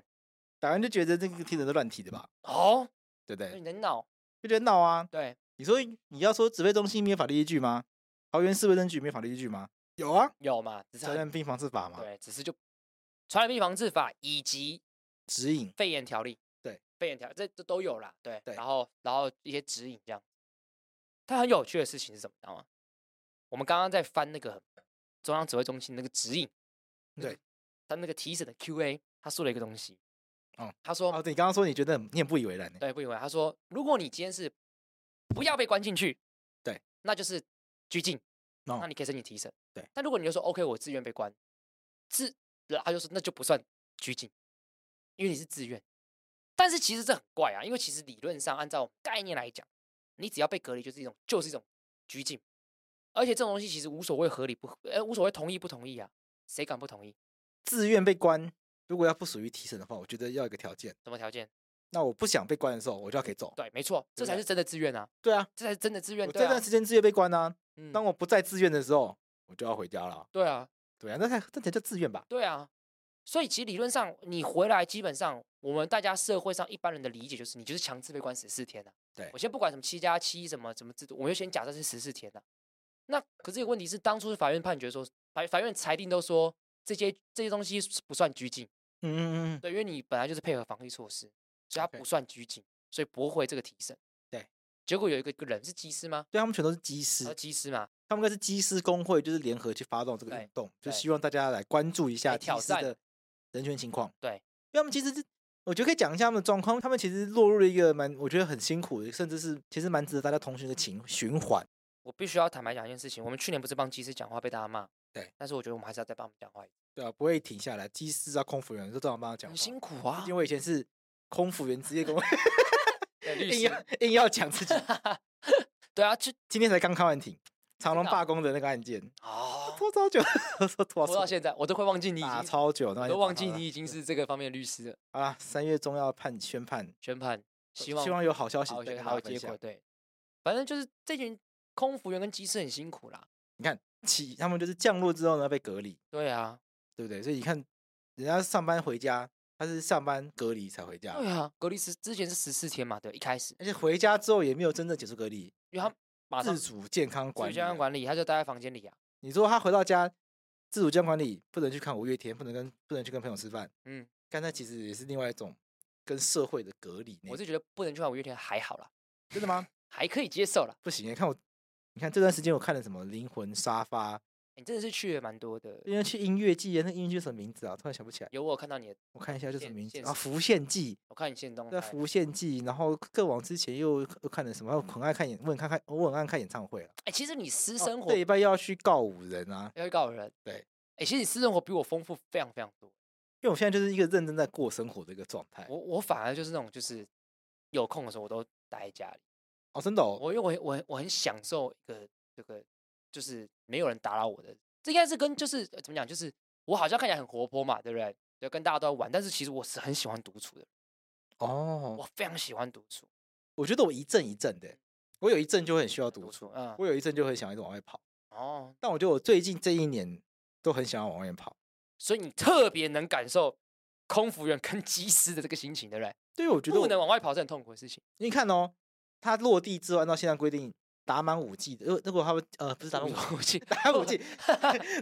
Speaker 3: 法官就觉得这个提审都乱提的吧，
Speaker 2: 哦，
Speaker 3: 对不
Speaker 2: 你
Speaker 3: 对？
Speaker 2: 能脑
Speaker 3: 就觉得闹啊，
Speaker 2: 对
Speaker 3: 你说你要说指挥中心没有法律依据吗？桃园市卫生局没有法律依据吗？有啊，
Speaker 2: 有嘛？只是
Speaker 3: 传
Speaker 2: 很
Speaker 3: 染病防治法嘛，
Speaker 2: 对，只是就传染病防治法以及
Speaker 3: 指引。
Speaker 2: 肺炎条例，
Speaker 3: 对，
Speaker 2: 肺炎条这这都有啦，对，
Speaker 3: 对
Speaker 2: 然后然后一些指引这样。它很有趣的事情是什么，你知道吗？我们刚刚在翻那个中央指挥中心那个指引，那个
Speaker 3: 对，
Speaker 2: 他那个提审的 Q&A，他说了一个东西，
Speaker 3: 哦，
Speaker 2: 他说，
Speaker 3: 哦，对你刚刚说你觉得很你很不以为然呢、
Speaker 2: 对，哎不以为，他说，如果你今天是不要被关进去，
Speaker 3: 对，
Speaker 2: 那就是拘禁，
Speaker 3: 哦
Speaker 2: 那你可以申请提审，
Speaker 3: 对。
Speaker 2: 但如果你就说 OK，我自愿被关，自，然后他就说那就不算拘禁，因为你是自愿。但是其实这很怪啊，因为其实理论上按照概念来讲，你只要被隔离就是一种就是一种拘禁，而且这种东西其实无所谓合理不合，呃，无所谓同意不同意啊，谁敢不同意？
Speaker 3: 自愿被关，如果要不属于提审的话，我觉得要有一个条件。
Speaker 2: 什么条件？
Speaker 3: 那我不想被关的时候，我就要可以走。
Speaker 2: 对，没错，这
Speaker 3: 对不
Speaker 2: 才
Speaker 3: 对
Speaker 2: 是真的自愿啊，
Speaker 3: 对啊，
Speaker 2: 这才是真的自愿。
Speaker 3: 我
Speaker 2: 对
Speaker 3: 这
Speaker 2: 啊
Speaker 3: 段时间自愿被关啊。
Speaker 2: 嗯
Speaker 3: 当我不再自愿的时候，我就要回家了。
Speaker 2: 对啊，
Speaker 3: 对啊，那才这才叫自愿吧？
Speaker 2: 对啊，所以其实理论上你回来，基本上我们大家社会上一般人的理解就是你就是强制被关十四天啊。
Speaker 3: 对
Speaker 2: 我先不管什么七加七什么什么制度，我就先假设是十四天啊。那可是有个问题是，当初是法院判决说，法法院裁定都说这些这些东西是不算拘禁，
Speaker 3: 嗯嗯嗯，
Speaker 2: 对，因为你本来就是配合防疫措施，所以它
Speaker 3: OK
Speaker 2: 不算拘禁，所以驳回这个提审。
Speaker 3: 对，
Speaker 2: 结果有一个一个人是机师吗？
Speaker 3: 对啊他们全都是机
Speaker 2: 他
Speaker 3: 师
Speaker 2: 是，机师嘛，
Speaker 3: 他们应该是机师工会，就是联合去发动这个
Speaker 2: 对
Speaker 3: 运动，就
Speaker 2: 对
Speaker 3: 希望大家来关注一下
Speaker 2: 来
Speaker 3: 体
Speaker 2: 挑
Speaker 3: 师
Speaker 2: 战
Speaker 3: 的人权情况。
Speaker 2: 对
Speaker 3: 因为他们其实是，我觉得可以讲一下他们的状况，他们其实落入了一个蛮，我觉得很辛苦的，甚至是其实蛮值得大家同情的情循环。
Speaker 2: 我必须要坦白讲一件事情，我们去年不是帮机师讲话被大家骂，
Speaker 3: 对，
Speaker 2: 但是我觉得我们还是要再帮他们讲话一次，
Speaker 3: 对啊，不会停下来，机师啊、空服员都正常帮他讲
Speaker 2: 很
Speaker 3: 话。
Speaker 2: 辛苦啊
Speaker 3: 因为。我以前是空服员职业工会，
Speaker 2: 对律
Speaker 3: 硬
Speaker 2: 师
Speaker 3: 要硬要讲自己，
Speaker 2: 对啊，就
Speaker 3: 今天才刚开完庭，长隆
Speaker 2: 的啊
Speaker 3: 罢工的那个案件，
Speaker 2: 啊，
Speaker 3: 拖多久？拖多
Speaker 2: 拖到
Speaker 3: 久？
Speaker 2: 现在，我都快忘记你已
Speaker 3: 打
Speaker 2: 经，
Speaker 3: 超久，那
Speaker 2: 我
Speaker 3: 就
Speaker 2: 都忘
Speaker 3: 打
Speaker 2: 记
Speaker 3: 了
Speaker 2: 你已经是这个方面的律师了。
Speaker 3: 好啦，三月中要判宣判，
Speaker 2: 宣判，希望
Speaker 3: 希望有好消息
Speaker 2: 好
Speaker 3: 再
Speaker 2: 结
Speaker 3: 跟大
Speaker 2: 好
Speaker 3: 家
Speaker 2: 有
Speaker 3: 分
Speaker 2: 结
Speaker 3: 享
Speaker 2: 果。。对，反正就是这群空服员跟机师很辛苦啦。
Speaker 3: 你看起他们就是降落之后呢被隔离，
Speaker 2: 对啊，
Speaker 3: 对不对？所以你看人家上班回家，他是上班隔离才回家，
Speaker 2: 对啊，隔离十之前是十四天嘛，对，一开始
Speaker 3: 而且回家之后也没有真正解除隔离，
Speaker 2: 因为他马上
Speaker 3: 自 主健康管
Speaker 2: 管
Speaker 3: 理
Speaker 2: 健康
Speaker 3: 啊。
Speaker 2: 管理，他就待在房间里啊，
Speaker 3: 你说他回到家自主健康管理，不能去看五月天，不能跟不能去跟朋友吃饭，
Speaker 2: 嗯，
Speaker 3: 但那其实也是另外一种跟社会的隔离呢。
Speaker 2: 我是觉得不能去玩五月天还好啦，
Speaker 3: 真的吗？
Speaker 2: 还可以接受啦。
Speaker 3: 不行，你看我，你看这段时间我看了什么《灵魂沙发》，
Speaker 2: 你哎真的是去了蛮多的，
Speaker 3: 因为去音乐季，那音乐剧什么名字啊？突然想不起来，
Speaker 2: 有我有看到你的，
Speaker 3: 我看一下叫什么
Speaker 2: 现
Speaker 3: 名字
Speaker 2: 现
Speaker 3: 啊？《
Speaker 2: 实
Speaker 3: 浮现记》。
Speaker 2: 我看你现动
Speaker 3: 在
Speaker 2: 态，
Speaker 3: 浮现记，然后更往之前又又看了什么？我很爱看演，我很看看，我很爱看演唱会了。
Speaker 2: 哎，其实你私
Speaker 3: 哦
Speaker 2: 生活
Speaker 3: 这一半要去告五人啊，
Speaker 2: 要去告人，
Speaker 3: 对，
Speaker 2: 哎，其实你私生活比我丰富非常非常多。
Speaker 3: 因为我现在就是一个认真在过生活的一个状态。
Speaker 2: 我我反而就是那种就是有空的时候我都待在家里，
Speaker 3: 哦，真的哦，
Speaker 2: 我因为我很我很我很享受一个这个就是没有人打扰我的，这应该是跟就是呃怎么讲，就是我好像看起来很活泼嘛，对不对？就跟大家都在玩，但是其实我是很喜欢独处的，
Speaker 3: 哦，
Speaker 2: 我非常喜欢独处，
Speaker 3: 我觉得我一阵一阵的，欸我有一阵就会很需要独
Speaker 2: 独
Speaker 3: 处，
Speaker 2: 处，嗯，
Speaker 3: 我有一阵就会想一直往外跑。
Speaker 2: 哦，
Speaker 3: 但我觉得我最近这一年都很想要往外面跑。
Speaker 2: 所以你特别能感受空服员跟机师的这个心情，对不对？
Speaker 3: 对，我觉得
Speaker 2: 不
Speaker 3: 我
Speaker 2: 能往外跑是很痛苦的事情。
Speaker 3: 你看哦，它落地之后按照现在规定，打满五 G 的，呃如果他们呃不是打满五 G，
Speaker 2: 武器，
Speaker 3: 打满五 G，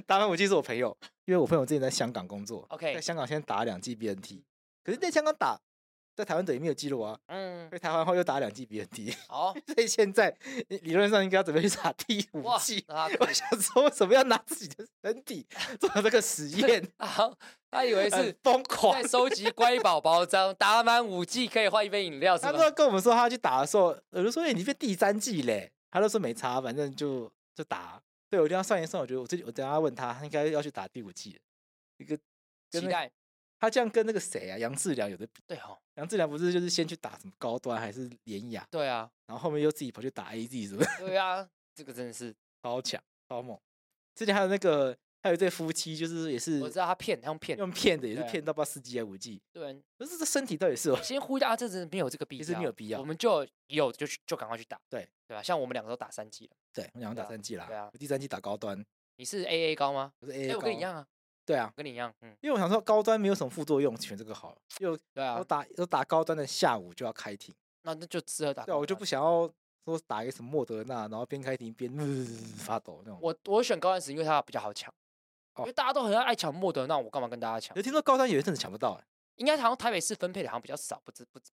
Speaker 3: 打满五 G 是我朋友，因为我朋友之前在香港工作
Speaker 2: OK
Speaker 3: 在香港先打了两 G BNT，可是在香港打，在台湾等于没有记录啊，
Speaker 2: 嗯，
Speaker 3: 在台湾后又打两 G BNT，
Speaker 2: 好，
Speaker 3: 所以现在理论上应该要准备去打第五
Speaker 2: 哇
Speaker 3: G，。
Speaker 2: 啊，
Speaker 3: 我想说，为什么要拿自己的身体 做这个实 验？
Speaker 2: 好，他以为
Speaker 3: 很
Speaker 2: 是
Speaker 3: 疯狂
Speaker 2: 在。收集乖宝宝章，打满五 G 可以换一杯饮料，是
Speaker 3: 他
Speaker 2: 吗
Speaker 3: 都？要跟我们说他去打的时候，我就说：“哎、你被第三季嘞。”他就说没差，反正就就打。对我这样算一算，我觉得我最近我等一下问他，他应该要去打第五季了。一个跟
Speaker 2: 期
Speaker 3: 那
Speaker 2: 待，
Speaker 3: 他这样跟那个谁啊，杨志良有的比。
Speaker 2: 对哦，
Speaker 3: 杨志良不是就是先去打什么高端还是联雅，
Speaker 2: 对啊，
Speaker 3: 然后后面又自己跑去打 AZ，是不是
Speaker 2: 对啊，这个真的是，
Speaker 3: 超强超猛？之前还有那个还有一对夫妻，就是也是
Speaker 2: 我知道他骗，他用骗，
Speaker 3: 用骗的，也是
Speaker 2: 对啊
Speaker 3: 骗到不知道四 G 还五 G，
Speaker 2: 对，啊
Speaker 3: 可是这身体到底是有
Speaker 2: 先呼大家，这真的没有这个必要，
Speaker 3: 其实没有必要
Speaker 2: 我们就有就去就赶快去打，
Speaker 3: 对
Speaker 2: 对吧？啊像我们两个都打三 G 了，
Speaker 3: 对，我想打
Speaker 2: 对啊
Speaker 3: 三 G 啦，
Speaker 2: 对啊
Speaker 3: 我第三季打高端，
Speaker 2: 你是 AA 高吗？
Speaker 3: 我是
Speaker 2: 哎、
Speaker 3: A，
Speaker 2: 我跟你一，样啊，
Speaker 3: 对啊
Speaker 2: 我，跟你一样，嗯，
Speaker 3: 因为我想说高端没有什么副作用，选这个好了。因为
Speaker 2: 对啊
Speaker 3: 我，打我打高端的下午就要开庭，
Speaker 2: 那那就适合打高
Speaker 3: 对
Speaker 2: 端。
Speaker 3: 啊，我就不想要说打一个什么莫德纳，然后边开庭边、 发抖那种。
Speaker 2: 我我选高端是因为它比较好抢，因
Speaker 3: 哦
Speaker 2: 为大家都很爱抢莫德纳，我干嘛跟大家抢
Speaker 3: 有？听说高端有一阵子抢不到、欸，
Speaker 2: 应该好像台北市分配的好像比较少，不知不知，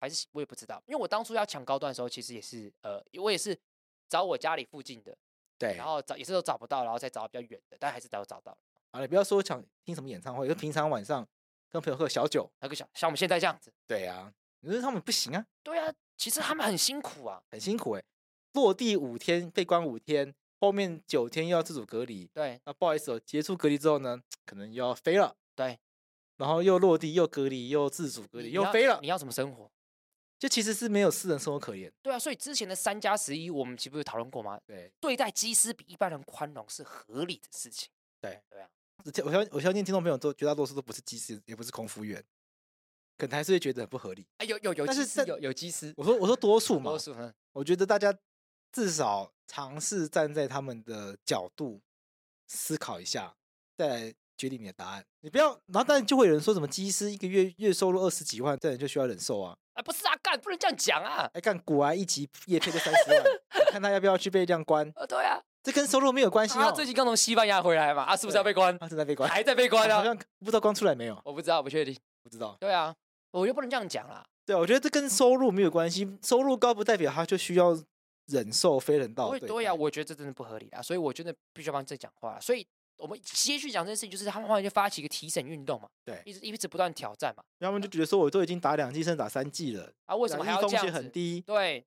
Speaker 2: 还是我也不知道，因为我当初要抢高端的时候，其实也是呃，我也是找我家里附近的，
Speaker 3: 对，
Speaker 2: 然后找也是都找不到，然后再找比较远的，但还是都找到了。
Speaker 3: 好啊了，不要说抢听什么演唱会，就平常晚上跟朋友喝小酒，
Speaker 2: 那个像像我们现在这样子，
Speaker 3: 对啊，你说他们不行啊，
Speaker 2: 对啊，其实他们很辛苦啊，
Speaker 3: 很辛苦哎、落地五天被关五天，后面九天又要自主隔离，
Speaker 2: 对，
Speaker 3: 那不好意思哦，结束隔离之后呢，可能又要飞了，
Speaker 2: 对，
Speaker 3: 然后又落地又隔离又自主隔
Speaker 2: 你
Speaker 3: 离
Speaker 2: 你
Speaker 3: 又
Speaker 2: 要
Speaker 3: 飞了
Speaker 2: 你，要怎么生活？
Speaker 3: 就其实是没有私人生活可言。
Speaker 2: 对啊，所以之前的三加十一，我们岂不是讨论过吗？
Speaker 3: 对，
Speaker 2: 对待机师比一般人宽容是合理的事情。
Speaker 3: 我相我相信听众朋友都绝大多数都不是技师，也不是空服员，可能还是会觉得很不合理。
Speaker 2: 哎，有有有
Speaker 3: 但
Speaker 2: 机
Speaker 3: 是
Speaker 2: 师，
Speaker 3: 这
Speaker 2: 有有机师，
Speaker 3: 我说我说多数嘛
Speaker 2: 多，数嗯
Speaker 3: 我觉得大家至少尝试站在他们的角度思考一下，再来决定你的答案。你不要，然后啊但就会有人说什么技师一个月月收入二十几万，这人就需要忍受啊。
Speaker 2: 哎，不是啊，干不能这样讲啊。
Speaker 3: 哎，干古癌一集夜配就三十万，你看他要不要去被这样关？
Speaker 2: 呃，对啊，
Speaker 3: 这跟收入没有关系
Speaker 2: 他
Speaker 3: 哦。
Speaker 2: 最近刚从西班牙回来嘛，啊，是不是要被 关？
Speaker 3: 他正在被关，
Speaker 2: 还在被
Speaker 3: 好
Speaker 2: 关啊？
Speaker 3: 像不知道关出来没有，
Speaker 2: 我不知道，不确定。
Speaker 3: 不知道。
Speaker 2: 对啊，我又不能这样讲啦。
Speaker 3: 对，我觉得这
Speaker 2: 嗯
Speaker 3: 跟收入没有关系，收入高不代表他就需要忍受非人道
Speaker 2: 我
Speaker 3: 哦对
Speaker 2: 也
Speaker 3: 待。
Speaker 2: 对呀、啊我觉得这真的不合理啊，所以我真的必须要帮这讲话。所以我们接续讲这件事情，就是他们后来就发起一个提审运动嘛，
Speaker 3: 对
Speaker 2: 一直一直不断挑战嘛。
Speaker 3: 然后他们就觉得说，我都已经打两剂，甚至打三剂了，
Speaker 2: 啊，为什
Speaker 3: 染
Speaker 2: 么还
Speaker 3: 疫
Speaker 2: 要这
Speaker 3: 风
Speaker 2: 样
Speaker 3: 险
Speaker 2: 子？
Speaker 3: 很低，
Speaker 2: 对，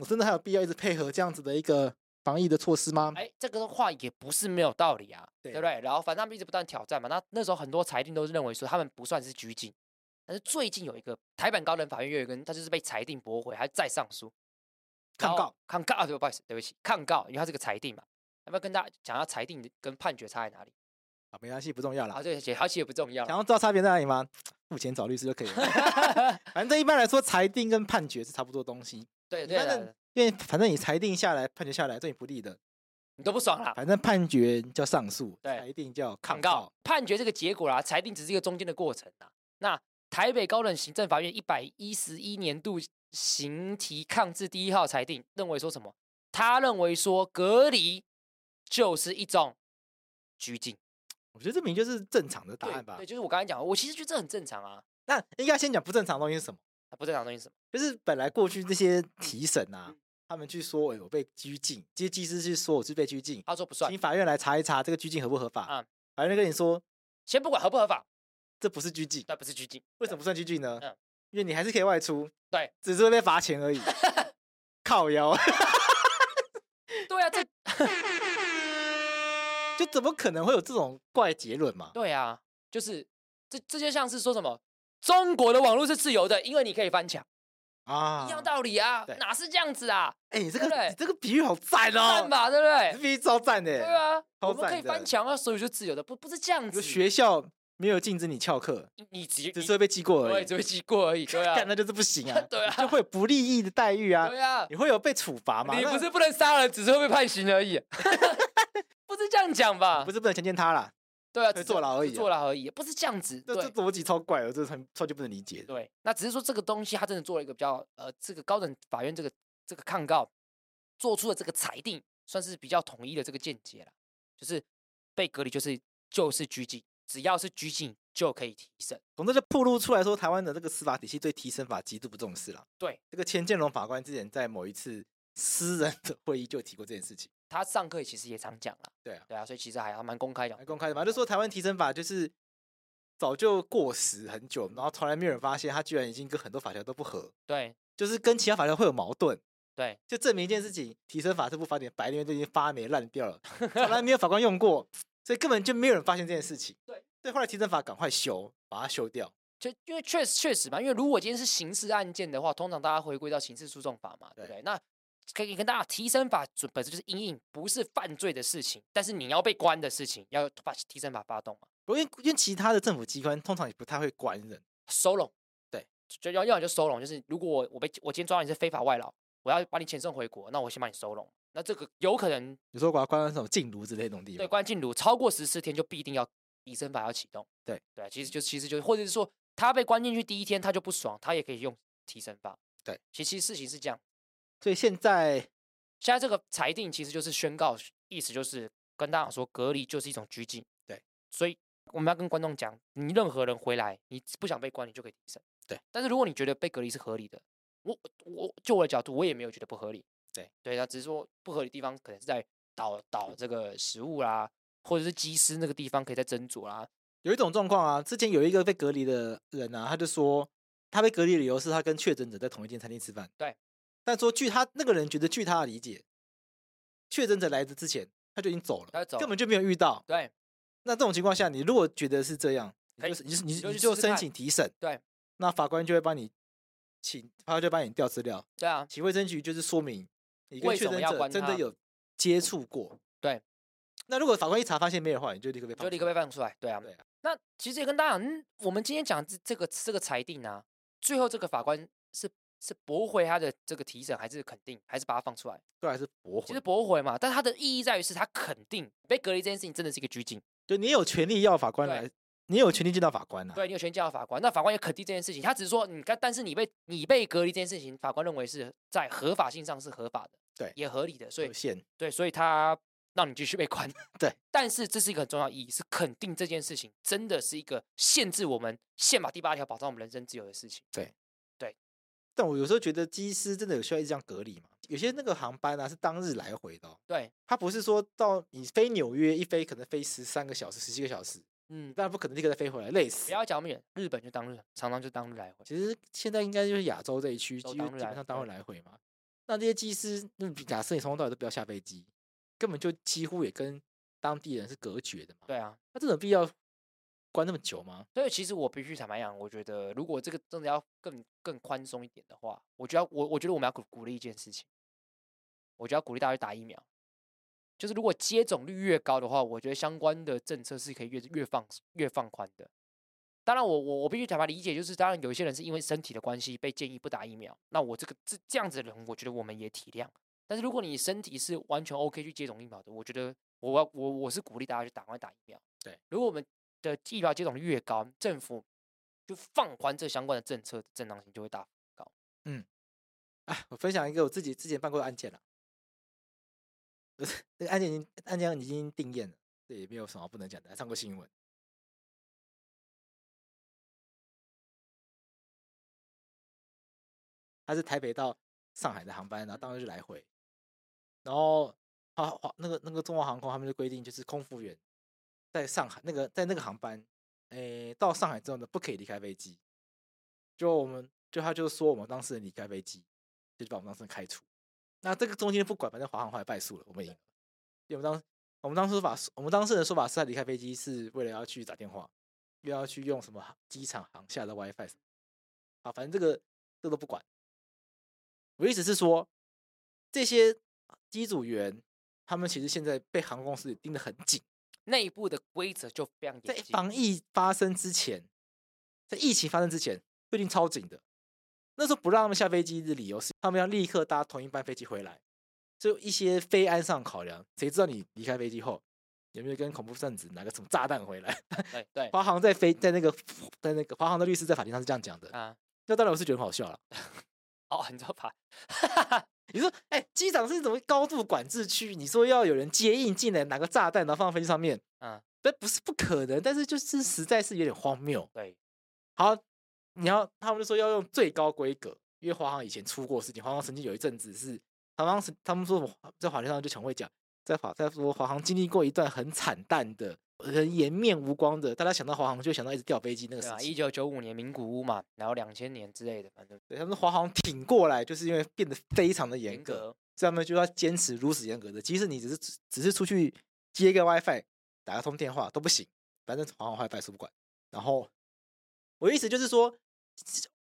Speaker 3: 我真的还有必要一直配合这样子的一个防疫的措施吗？
Speaker 2: 哎，这个的话也不是没有道理啊，对
Speaker 3: 嗯对
Speaker 2: 不对？然后反正他们一直不断挑战嘛。那那时候很多裁定都是认为说他们不算是拘禁，但是最近有一个台版高等法院又有一个人，他就是被裁定驳回，还再上诉
Speaker 3: 抗
Speaker 2: 然后
Speaker 3: 告，
Speaker 2: 抗告啊，对，不好意思，对不起，抗告，因为他这个裁定嘛。要不要跟大家讲一下裁定跟判决差在哪里？
Speaker 3: 啊，没关系，不重要
Speaker 2: 啊，
Speaker 3: 啦。
Speaker 2: 对，而且也不重要
Speaker 3: 想
Speaker 2: 啦。
Speaker 3: 要知道差别在哪里吗？付钱找律师就可以了。 反正一般来说，裁定跟判决是差不多东西，
Speaker 2: 对
Speaker 3: 你
Speaker 2: 对
Speaker 3: 反
Speaker 2: 啦
Speaker 3: 正因为反正你裁定下来，判决下来对你不利的，
Speaker 2: 你都不爽啦。
Speaker 3: 反正判决叫上诉，
Speaker 2: 对
Speaker 3: 裁定叫
Speaker 2: 抗
Speaker 3: 抗
Speaker 2: 告
Speaker 3: 告。
Speaker 2: 判决这个结果啦，裁定只是一个中间的过程啊。那台北高等行政法院一百一十一年度刑提抗制第一号裁定认为说什么？他认为说隔离就是一种拘禁，
Speaker 3: 我觉得这明明就是正常的答
Speaker 2: 对
Speaker 3: 案吧
Speaker 2: 对，。就是我刚才讲的，我其实觉得这很正常啊。
Speaker 3: 那应该先讲不正常的东西是什么？
Speaker 2: 那不正常的东西是什么？
Speaker 3: 就是本来过去这些提审
Speaker 2: 嗯
Speaker 3: 啊，他们去说，哎、我被拘禁，这些技师去说我是被拘禁，
Speaker 2: 他说不算
Speaker 3: 请，法院来查一查这个拘禁合不合法。
Speaker 2: 啊
Speaker 3: 法院就跟你说，
Speaker 2: 先不管合不合法，
Speaker 3: 这不是拘禁，
Speaker 2: 那不是拘禁。
Speaker 3: 为什么不算拘禁呢？
Speaker 2: 嗯
Speaker 3: 因为你还是可以外出，
Speaker 2: 对，
Speaker 3: 只是会被罚钱 而已。靠腰，
Speaker 2: 对啊，这
Speaker 3: 就怎么可能会有这种怪结论嘛？
Speaker 2: 对啊，就是这这就像是说什么中国的网络是自由的，因为你可以翻墙，
Speaker 3: 啊
Speaker 2: 一，样道理啊
Speaker 3: 对，
Speaker 2: 哪是这样子啊？
Speaker 3: 哎、你这个
Speaker 2: 对不对
Speaker 3: 你这个比喻好赞
Speaker 2: 看
Speaker 3: 哦，
Speaker 2: 吧，对不
Speaker 3: 你这
Speaker 2: 对？
Speaker 3: 比喻超赞的。欸
Speaker 2: 对， 啊，
Speaker 3: 超
Speaker 2: 我们可
Speaker 3: 赞
Speaker 2: 以翻
Speaker 3: 的
Speaker 2: 墙啊，所以就自由的，不不是这样
Speaker 3: 你说
Speaker 2: 子。
Speaker 3: 学校没有禁止你翘课，
Speaker 2: 你你只
Speaker 3: 只
Speaker 2: 你
Speaker 3: 是会被记过而
Speaker 2: 对
Speaker 3: 已。
Speaker 2: 只会记过而已，对啊，，
Speaker 3: 干那就是不行啊
Speaker 2: 对啊
Speaker 3: 就会有不利益的待遇 啊，
Speaker 2: 对啊
Speaker 3: 你，会有被处罚吗？
Speaker 2: 你
Speaker 3: 那
Speaker 2: 不是不能杀人，只是会被判刑而已，不是这样讲吧
Speaker 3: 不？是不能强奸他啦，
Speaker 2: 对啊，
Speaker 3: 对
Speaker 2: 只
Speaker 3: 坐牢而已啊
Speaker 2: 只坐牢而已，不是这样子。
Speaker 3: 这这
Speaker 2: 对
Speaker 3: 逻辑超怪的，这很超级不能理解的。
Speaker 2: 对，那只是说这个东西，他真的做了一个比较呃，这个高等法院这个这个抗告做出了这个裁定，算是比较统一的这个见解了，就是被隔离就是就是拘禁，只要是拘禁就可以提审。
Speaker 3: 总之就暴露出来说，台湾的这个司法体系对提升法极度不重视啦。
Speaker 2: 对，
Speaker 3: 这个钱建龙法官之前在某一次私人的会议就有提过这件事情，
Speaker 2: 他上课其实也常讲了，
Speaker 3: 对啊哎
Speaker 2: 对啊，所以其实还还蛮公开讲
Speaker 3: 还，公开的嘛，就说台湾提升法就是早就过时很久，然后从来没有人发现它居然已经跟很多法条都不合，
Speaker 2: 对
Speaker 3: 就是跟其他法条会有矛盾。
Speaker 2: 对，
Speaker 3: 就证明一件事情，提升法这部法典白里面都已经发霉烂掉 了，从来没有法官用过，所以根本就没有人发现这件事情。
Speaker 2: 对，
Speaker 3: 所以后来提升法赶快修，把它修掉。
Speaker 2: 就因为确实确实嘛，因为如果今天是刑事案件的话，通常大家回归到刑事诉讼法嘛，对不
Speaker 3: 对
Speaker 2: 对？那可以跟大家提升法准本身就是阴影，不是犯罪的事情，但是你要被关的事情，要把提升法发动嘛。
Speaker 3: 不过因为因为其他的政府机关通常也不太会管人，
Speaker 2: 收容，
Speaker 3: 对，
Speaker 2: 就要要么就收容，就是如果我我被我今天抓到你是非法外劳，我要把你遣送回国，那我先把你收容。那这个有可能
Speaker 3: 有时候把它关到那种禁毒之类的那种地
Speaker 2: 对
Speaker 3: 方。
Speaker 2: 关禁毒超过十四天就必定要提升法要启动。
Speaker 3: 对
Speaker 2: 对，其实就其实就是，或者是说他被关进去第一天他就不爽，他也可以用提升法。
Speaker 3: 对，
Speaker 2: 其实事情是这样。
Speaker 3: 所以现在
Speaker 2: 现在这个裁定其实就是宣告，意思就是跟大家讲说，隔离就是一种拘禁。
Speaker 3: 对，
Speaker 2: 所以我们要跟观众讲，你任何人回来，你不想被关，你就可以提审。
Speaker 3: 对，
Speaker 2: 但是如果你觉得被隔离是合理的，我我就我的角度，我也没有觉得不合理。
Speaker 3: 对
Speaker 2: 对，那只是说不合理的地方可能是在倒倒这个食物啦，或者是机师那个地方可以再斟酌啊啦。
Speaker 3: 有一种状况啊，之前有一个被隔离的人啊，他就说他被隔离的理由是他跟确诊者在同一间餐厅吃饭。
Speaker 2: 对，
Speaker 3: 但说据他那个人觉得，据他的理解，确诊者来之之前他就已经走了，
Speaker 2: 他就走
Speaker 3: 根
Speaker 2: 了
Speaker 3: 本就没有遇到。
Speaker 2: 对
Speaker 3: 那这种情况下，你如果觉得是这样，你
Speaker 2: 可以
Speaker 3: 就是你就是你
Speaker 2: 你
Speaker 3: 就
Speaker 2: 就
Speaker 3: 你
Speaker 2: 去
Speaker 3: 就
Speaker 2: 试试
Speaker 3: 申
Speaker 2: 看
Speaker 3: 请提审，
Speaker 2: 对，
Speaker 3: 那法官就会帮你请，法官就帮你调资料，
Speaker 2: 对啊，
Speaker 3: 请卫生局就是说明你跟
Speaker 2: 为
Speaker 3: 确
Speaker 2: 什
Speaker 3: 诊
Speaker 2: 么要
Speaker 3: 者
Speaker 2: 关
Speaker 3: 真的
Speaker 2: 他
Speaker 3: 有接触过，
Speaker 2: 对。
Speaker 3: 那如果法官一查发现没有的话，你就立刻被
Speaker 2: 你就
Speaker 3: 放
Speaker 2: 立
Speaker 3: 出
Speaker 2: 刻
Speaker 3: 来
Speaker 2: 被放出来。对啊，
Speaker 3: 对啊
Speaker 2: 那其实也跟大家讲，嗯我们今天讲这这个这个裁定啊，最后这个法官是是驳回他的这个提审，还是肯定，还是把他放出来？
Speaker 3: 对，还是驳
Speaker 2: 其
Speaker 3: 回
Speaker 2: 实。驳回嘛，但它的意义在于是他肯定被隔离这件事情真的是一个拘禁，
Speaker 3: 就你有权利要法官
Speaker 2: 对
Speaker 3: 来，你有权利见到法官啊。
Speaker 2: 对你有权见到法官，那法官也肯定这件事情，他只是说你看，但是你被你被隔离这件事情，法官认为是在合法性上是合法的，
Speaker 3: 对
Speaker 2: 也合理的，所以
Speaker 3: 有限
Speaker 2: 对，所以他让你继续被关。
Speaker 3: 对，
Speaker 2: 但是这是一个很重要的意义，是肯定这件事情真的是一个限制我们宪法第八条保障我们人身自由的事情。
Speaker 3: 但我有时候觉得机师真的有需要一直这样隔离嘛？有些那个航班啊是当日来回的、哦，
Speaker 2: 对，
Speaker 3: 他不是说到你飞纽约一飞可能飞十三个小时、十七个小时，
Speaker 2: 嗯，
Speaker 3: 当然不可能立刻再飞回来，累死
Speaker 2: 不。要讲那么远，日本就当日，常常就当日来回。
Speaker 3: 其实现在应该就是亚洲这一区，
Speaker 2: 都
Speaker 3: 几乎
Speaker 2: 当日
Speaker 3: 基本
Speaker 2: 来
Speaker 3: 上单位
Speaker 2: 对
Speaker 3: 来回嘛。那这些机师，那假设你从头到尾都不要下飞机，根本就几乎也跟当地人是隔绝的嘛。
Speaker 2: 对啊，
Speaker 3: 那这种必要关那么久吗？
Speaker 2: 所以其实我必须坦白讲，我觉得如果这个真的要更更宽松一点的话，我觉得我我觉得我们要鼓鼓励一件事情，我觉得要鼓励大家去打疫苗。就是如果接种率越高的话，我觉得相关的政策是可以越越放越放宽的。当然我，我我必须坦白理解，就是当然有一些人是因为身体的关系被建议不打疫苗，那我这个这这样子的人，我觉得我们也体谅。但是如果你身体是完全 OK 去接种疫苗的，我觉得我要我我是鼓励大家去打快打疫苗。
Speaker 3: 对，
Speaker 2: 如果我们的疫苗接种率越高，政府就放宽这相关的政策的正当性就会大幅高。
Speaker 3: 哎，我分享一个我自己之前办过的案件啦。不是，那个案件已经案件已经定验了，这也没有什么不能讲的，上过新闻。他是台北到上海的航班，然后当日就来回，然后他华那个那个中华航空他们就规定，就是空服员在上海那个在那个航班，诶、到上海之后呢，不可以离开飞机。就我们就他就说我们当事人离开飞机，就是把我们当事人开除。那这个中间不管，反正华航后来败诉了，我们赢了。因为我们当我们当时说法是，我们当事人说法是他离开飞机是为了要去打电话，又要去用什么航机场航下的 WiFi 什么啊，反正这个这个都不管。我意思是说，这些机组员他们其实现在被航空公司盯得很紧，
Speaker 2: 内部的规则就非常
Speaker 3: 在
Speaker 2: 严谨。
Speaker 3: 防疫发生之前，在疫情发生之前，规定超紧的。那时候不让他们下飞机的理由是，他们要立刻搭同一班飞机回来，就一些非安上考量。谁知道你离开飞机后，有没有跟恐怖分子拿个什么炸弹回来？
Speaker 2: 对对
Speaker 3: 华航在飞在那个在那个华航的律师在法庭上是这样讲的，
Speaker 2: 啊，
Speaker 3: 那当然我是觉得很好笑了。
Speaker 2: 哦，你知道吧？
Speaker 3: 你说，哎、机场是怎么高度管制区？你说要有人接应进来，拿个炸弹然后放到飞机上面，
Speaker 2: 嗯，
Speaker 3: 这不是不可能，但是就是实在是有点荒谬。
Speaker 2: 对，
Speaker 3: 好，你要他们就说要用最高规格，因为华航以前出过事情，华航曾经有一阵子是，华航是他们说我在法律上就常会讲，在法在说华航经历过一段很惨淡的、很颜面无光的，大家想到华航就会想到一直掉飞机那个
Speaker 2: 对
Speaker 3: 事
Speaker 2: 啊，一
Speaker 3: 情。
Speaker 2: 九九五年名古屋嘛，然后两千年之类的，反正
Speaker 3: 对，他们说华航挺过来，就是因为变得非常的严
Speaker 2: 严
Speaker 3: 格。
Speaker 2: 格，
Speaker 3: 所以他们就要坚持如此严格的，即使你只是只是出去接个 WiFi、打个通电话都不行，反正华航 WiFi 是不管。然后我的意思就是说，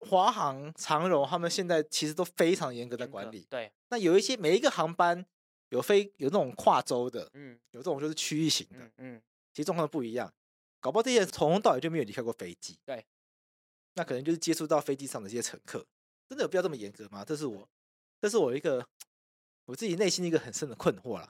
Speaker 3: 华航、长荣他们现在其实都非常严格在
Speaker 2: 严
Speaker 3: 管
Speaker 2: 格
Speaker 3: 理。
Speaker 2: 对，
Speaker 3: 那有一些每一个航班有飞有那种跨州的，
Speaker 2: 嗯
Speaker 3: 有这种就是区域型的，
Speaker 2: 嗯嗯，
Speaker 3: 其实状况不一样。搞不好这些人从头到尾就没有离开过飞机。
Speaker 2: 对，
Speaker 3: 那可能就是接触到飞机上的这些乘客，真的有必要这么严格吗？这是我，这是我一个我自己内心一个很深的困惑啦。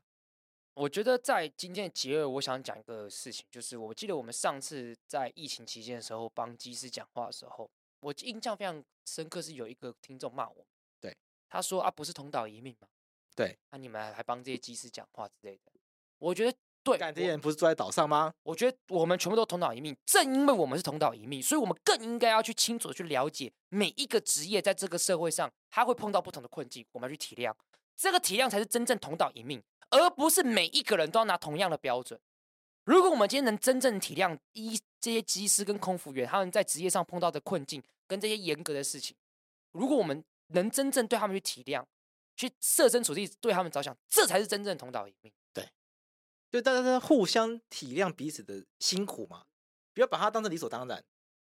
Speaker 2: 我觉得在今天的结尾，我想讲一个事情，就是我记得我们上次在疫情期间的时候帮机师讲话的时候，我印象非常深刻，是有一个听众骂我，
Speaker 3: 对，
Speaker 2: 他说啊，不是同岛一命嘛，
Speaker 3: 对，
Speaker 2: 那、你们还帮这些机师讲话之类的，我觉得对，
Speaker 3: 干这些
Speaker 2: 我
Speaker 3: 人不是住在岛上吗？
Speaker 2: 我觉得我们全部都同岛一命，正因为我们是同岛一命，所以我们更应该要去清楚的去了解每一个职业在这个社会上，他会碰到不同的困境，我们要去体谅，这个体谅才是真正同岛一命，而不是每一个人都要拿同样的标准。如果我们今天能真正体谅一这些机师跟空服员他们在职业上碰到的困境跟这些严格的事情，如果我们能真正对他们去体谅，去设身处地对他们着想，这才是真正同岛一命。
Speaker 3: 就大家在互相体谅彼此的辛苦嘛，不要把它当成理所当然。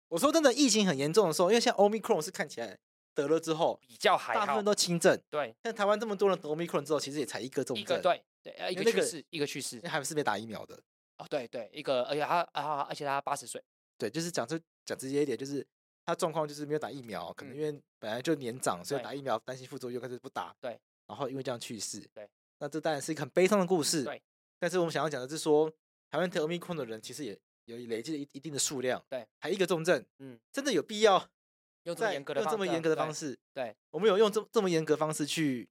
Speaker 3: 我说真的，疫情很严重的时候，因为现在 Omicron 是看起来得了之后，
Speaker 2: 比较还
Speaker 3: 大部
Speaker 2: 好
Speaker 3: 分，都轻症。
Speaker 2: 对，
Speaker 3: 像台湾这么多人得 Omicron 之后，其实也才一个重
Speaker 2: 一
Speaker 3: 症，
Speaker 2: 个，对对，呃一
Speaker 3: 因为
Speaker 2: 个
Speaker 3: 那
Speaker 2: 去
Speaker 3: 个
Speaker 2: 世，一个去世
Speaker 3: 因为。还是没打疫苗的。
Speaker 2: 哦，对对，一个，而且他啊，而且他八十岁，
Speaker 3: 对，就是讲这讲直接一点，就是他状况就是没有打疫苗，可能
Speaker 2: 嗯
Speaker 3: 因为本来就年长，所以
Speaker 2: 对
Speaker 3: 打疫苗担心副作用，干脆不打。
Speaker 2: 对，
Speaker 3: 然后因为这样去世。
Speaker 2: 对，
Speaker 3: 那这当然是一个很悲伤的故事。
Speaker 2: 对，
Speaker 3: 但是我们想要讲的是说，台湾得 Omicron 的人其实也有累积了一一定的数量。
Speaker 2: 对，
Speaker 3: 还一个重症，
Speaker 2: 嗯，
Speaker 3: 真的有必要
Speaker 2: 用这么
Speaker 3: 在
Speaker 2: 严
Speaker 3: 用
Speaker 2: 格的方
Speaker 3: 这么严格的方
Speaker 2: 式，啊
Speaker 3: 式？
Speaker 2: 对
Speaker 3: 我们有用这这么严格的方式去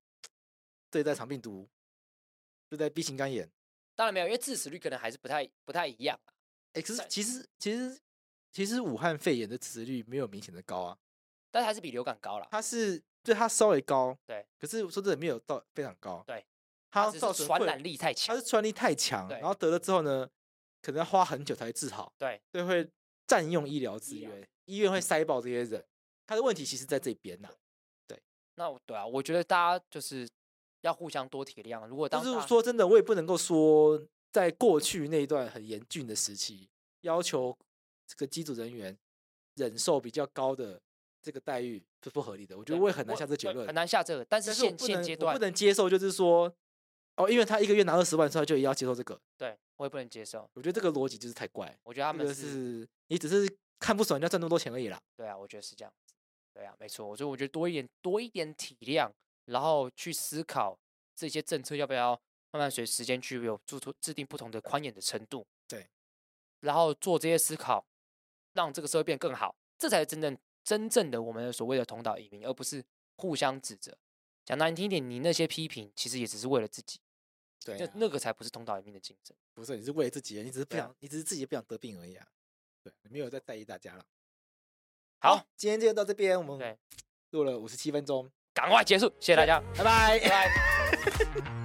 Speaker 3: 对待长病毒，对待 B 型肝炎。
Speaker 2: 当然没有，因为致死率可能还是不太不太一样啊。
Speaker 3: 哎，可是
Speaker 2: 在
Speaker 3: 其实其实其实武汉肺炎的死率没有明显的高啊。
Speaker 2: 但是还是比流感高啦。
Speaker 3: 它是对它稍微高，
Speaker 2: 对，
Speaker 3: 可是说真的没有到非常高，
Speaker 2: 对，
Speaker 3: 它
Speaker 2: 只
Speaker 3: 造
Speaker 2: 是
Speaker 3: 成
Speaker 2: 传
Speaker 3: 会
Speaker 2: 染，力太
Speaker 3: 它
Speaker 2: 强
Speaker 3: 是，传染力太强，
Speaker 2: 对
Speaker 3: 然后得了之后呢，可能要花很久才会治好，
Speaker 2: 对，
Speaker 3: 所以会占用医疗资
Speaker 2: 医疗嗯
Speaker 3: 源，医院会塞爆这些人，它的问题其实在这边呐、
Speaker 2: 那我对啊，我觉得大家就是要互相多体谅。如果当
Speaker 3: 就
Speaker 2: 大
Speaker 3: 是说真的，我也不能够说在过去那一段很严峻的时期，要求这个机组人员忍受比较高的这个待遇是不合理的，我觉
Speaker 2: 对
Speaker 3: 得我也很难
Speaker 2: 我
Speaker 3: 下这结
Speaker 2: 对
Speaker 3: 论
Speaker 2: 很。难下这个。但是
Speaker 3: 但是我
Speaker 2: 现
Speaker 3: 不
Speaker 2: 现
Speaker 3: 能
Speaker 2: 阶
Speaker 3: 我
Speaker 2: 段
Speaker 3: 不，能接受，就是说，哦，因为他一个月拿二十万，所以他就也要接受这个。
Speaker 2: 对我也不能接受。
Speaker 3: 我觉得这个逻辑就是太怪，
Speaker 2: 我觉得他
Speaker 3: 这
Speaker 2: 们
Speaker 3: 个是你只是看不爽人家赚那么多钱而已啦。
Speaker 2: 对啊，我觉得是这样子。对啊，没错。所以我觉得多一点多一点体谅，然后去思考这些政策要不要慢慢随时间去有做出制定不同的宽严的程度。
Speaker 3: 对，
Speaker 2: 然后做这些思考，让这个社会变更好，这才是真正真正的我们的所谓的同岛移民，而不是互相指责。讲难听一点，你那些批评其实也只是为了自己，
Speaker 3: 对
Speaker 2: 那
Speaker 3: 啊
Speaker 2: 那个才不是同岛移民的竞争。
Speaker 3: 不是，你是为了自己，你只是不
Speaker 2: 对啊
Speaker 3: 想，你只是自己不想得病而已啊。对，你没有在在意大家了。
Speaker 2: 好，，
Speaker 3: 今天就到这边，我
Speaker 2: 对
Speaker 3: 们录了五十七分钟，
Speaker 2: 赶快结束，谢谢大家，
Speaker 3: 拜拜。
Speaker 2: 拜拜。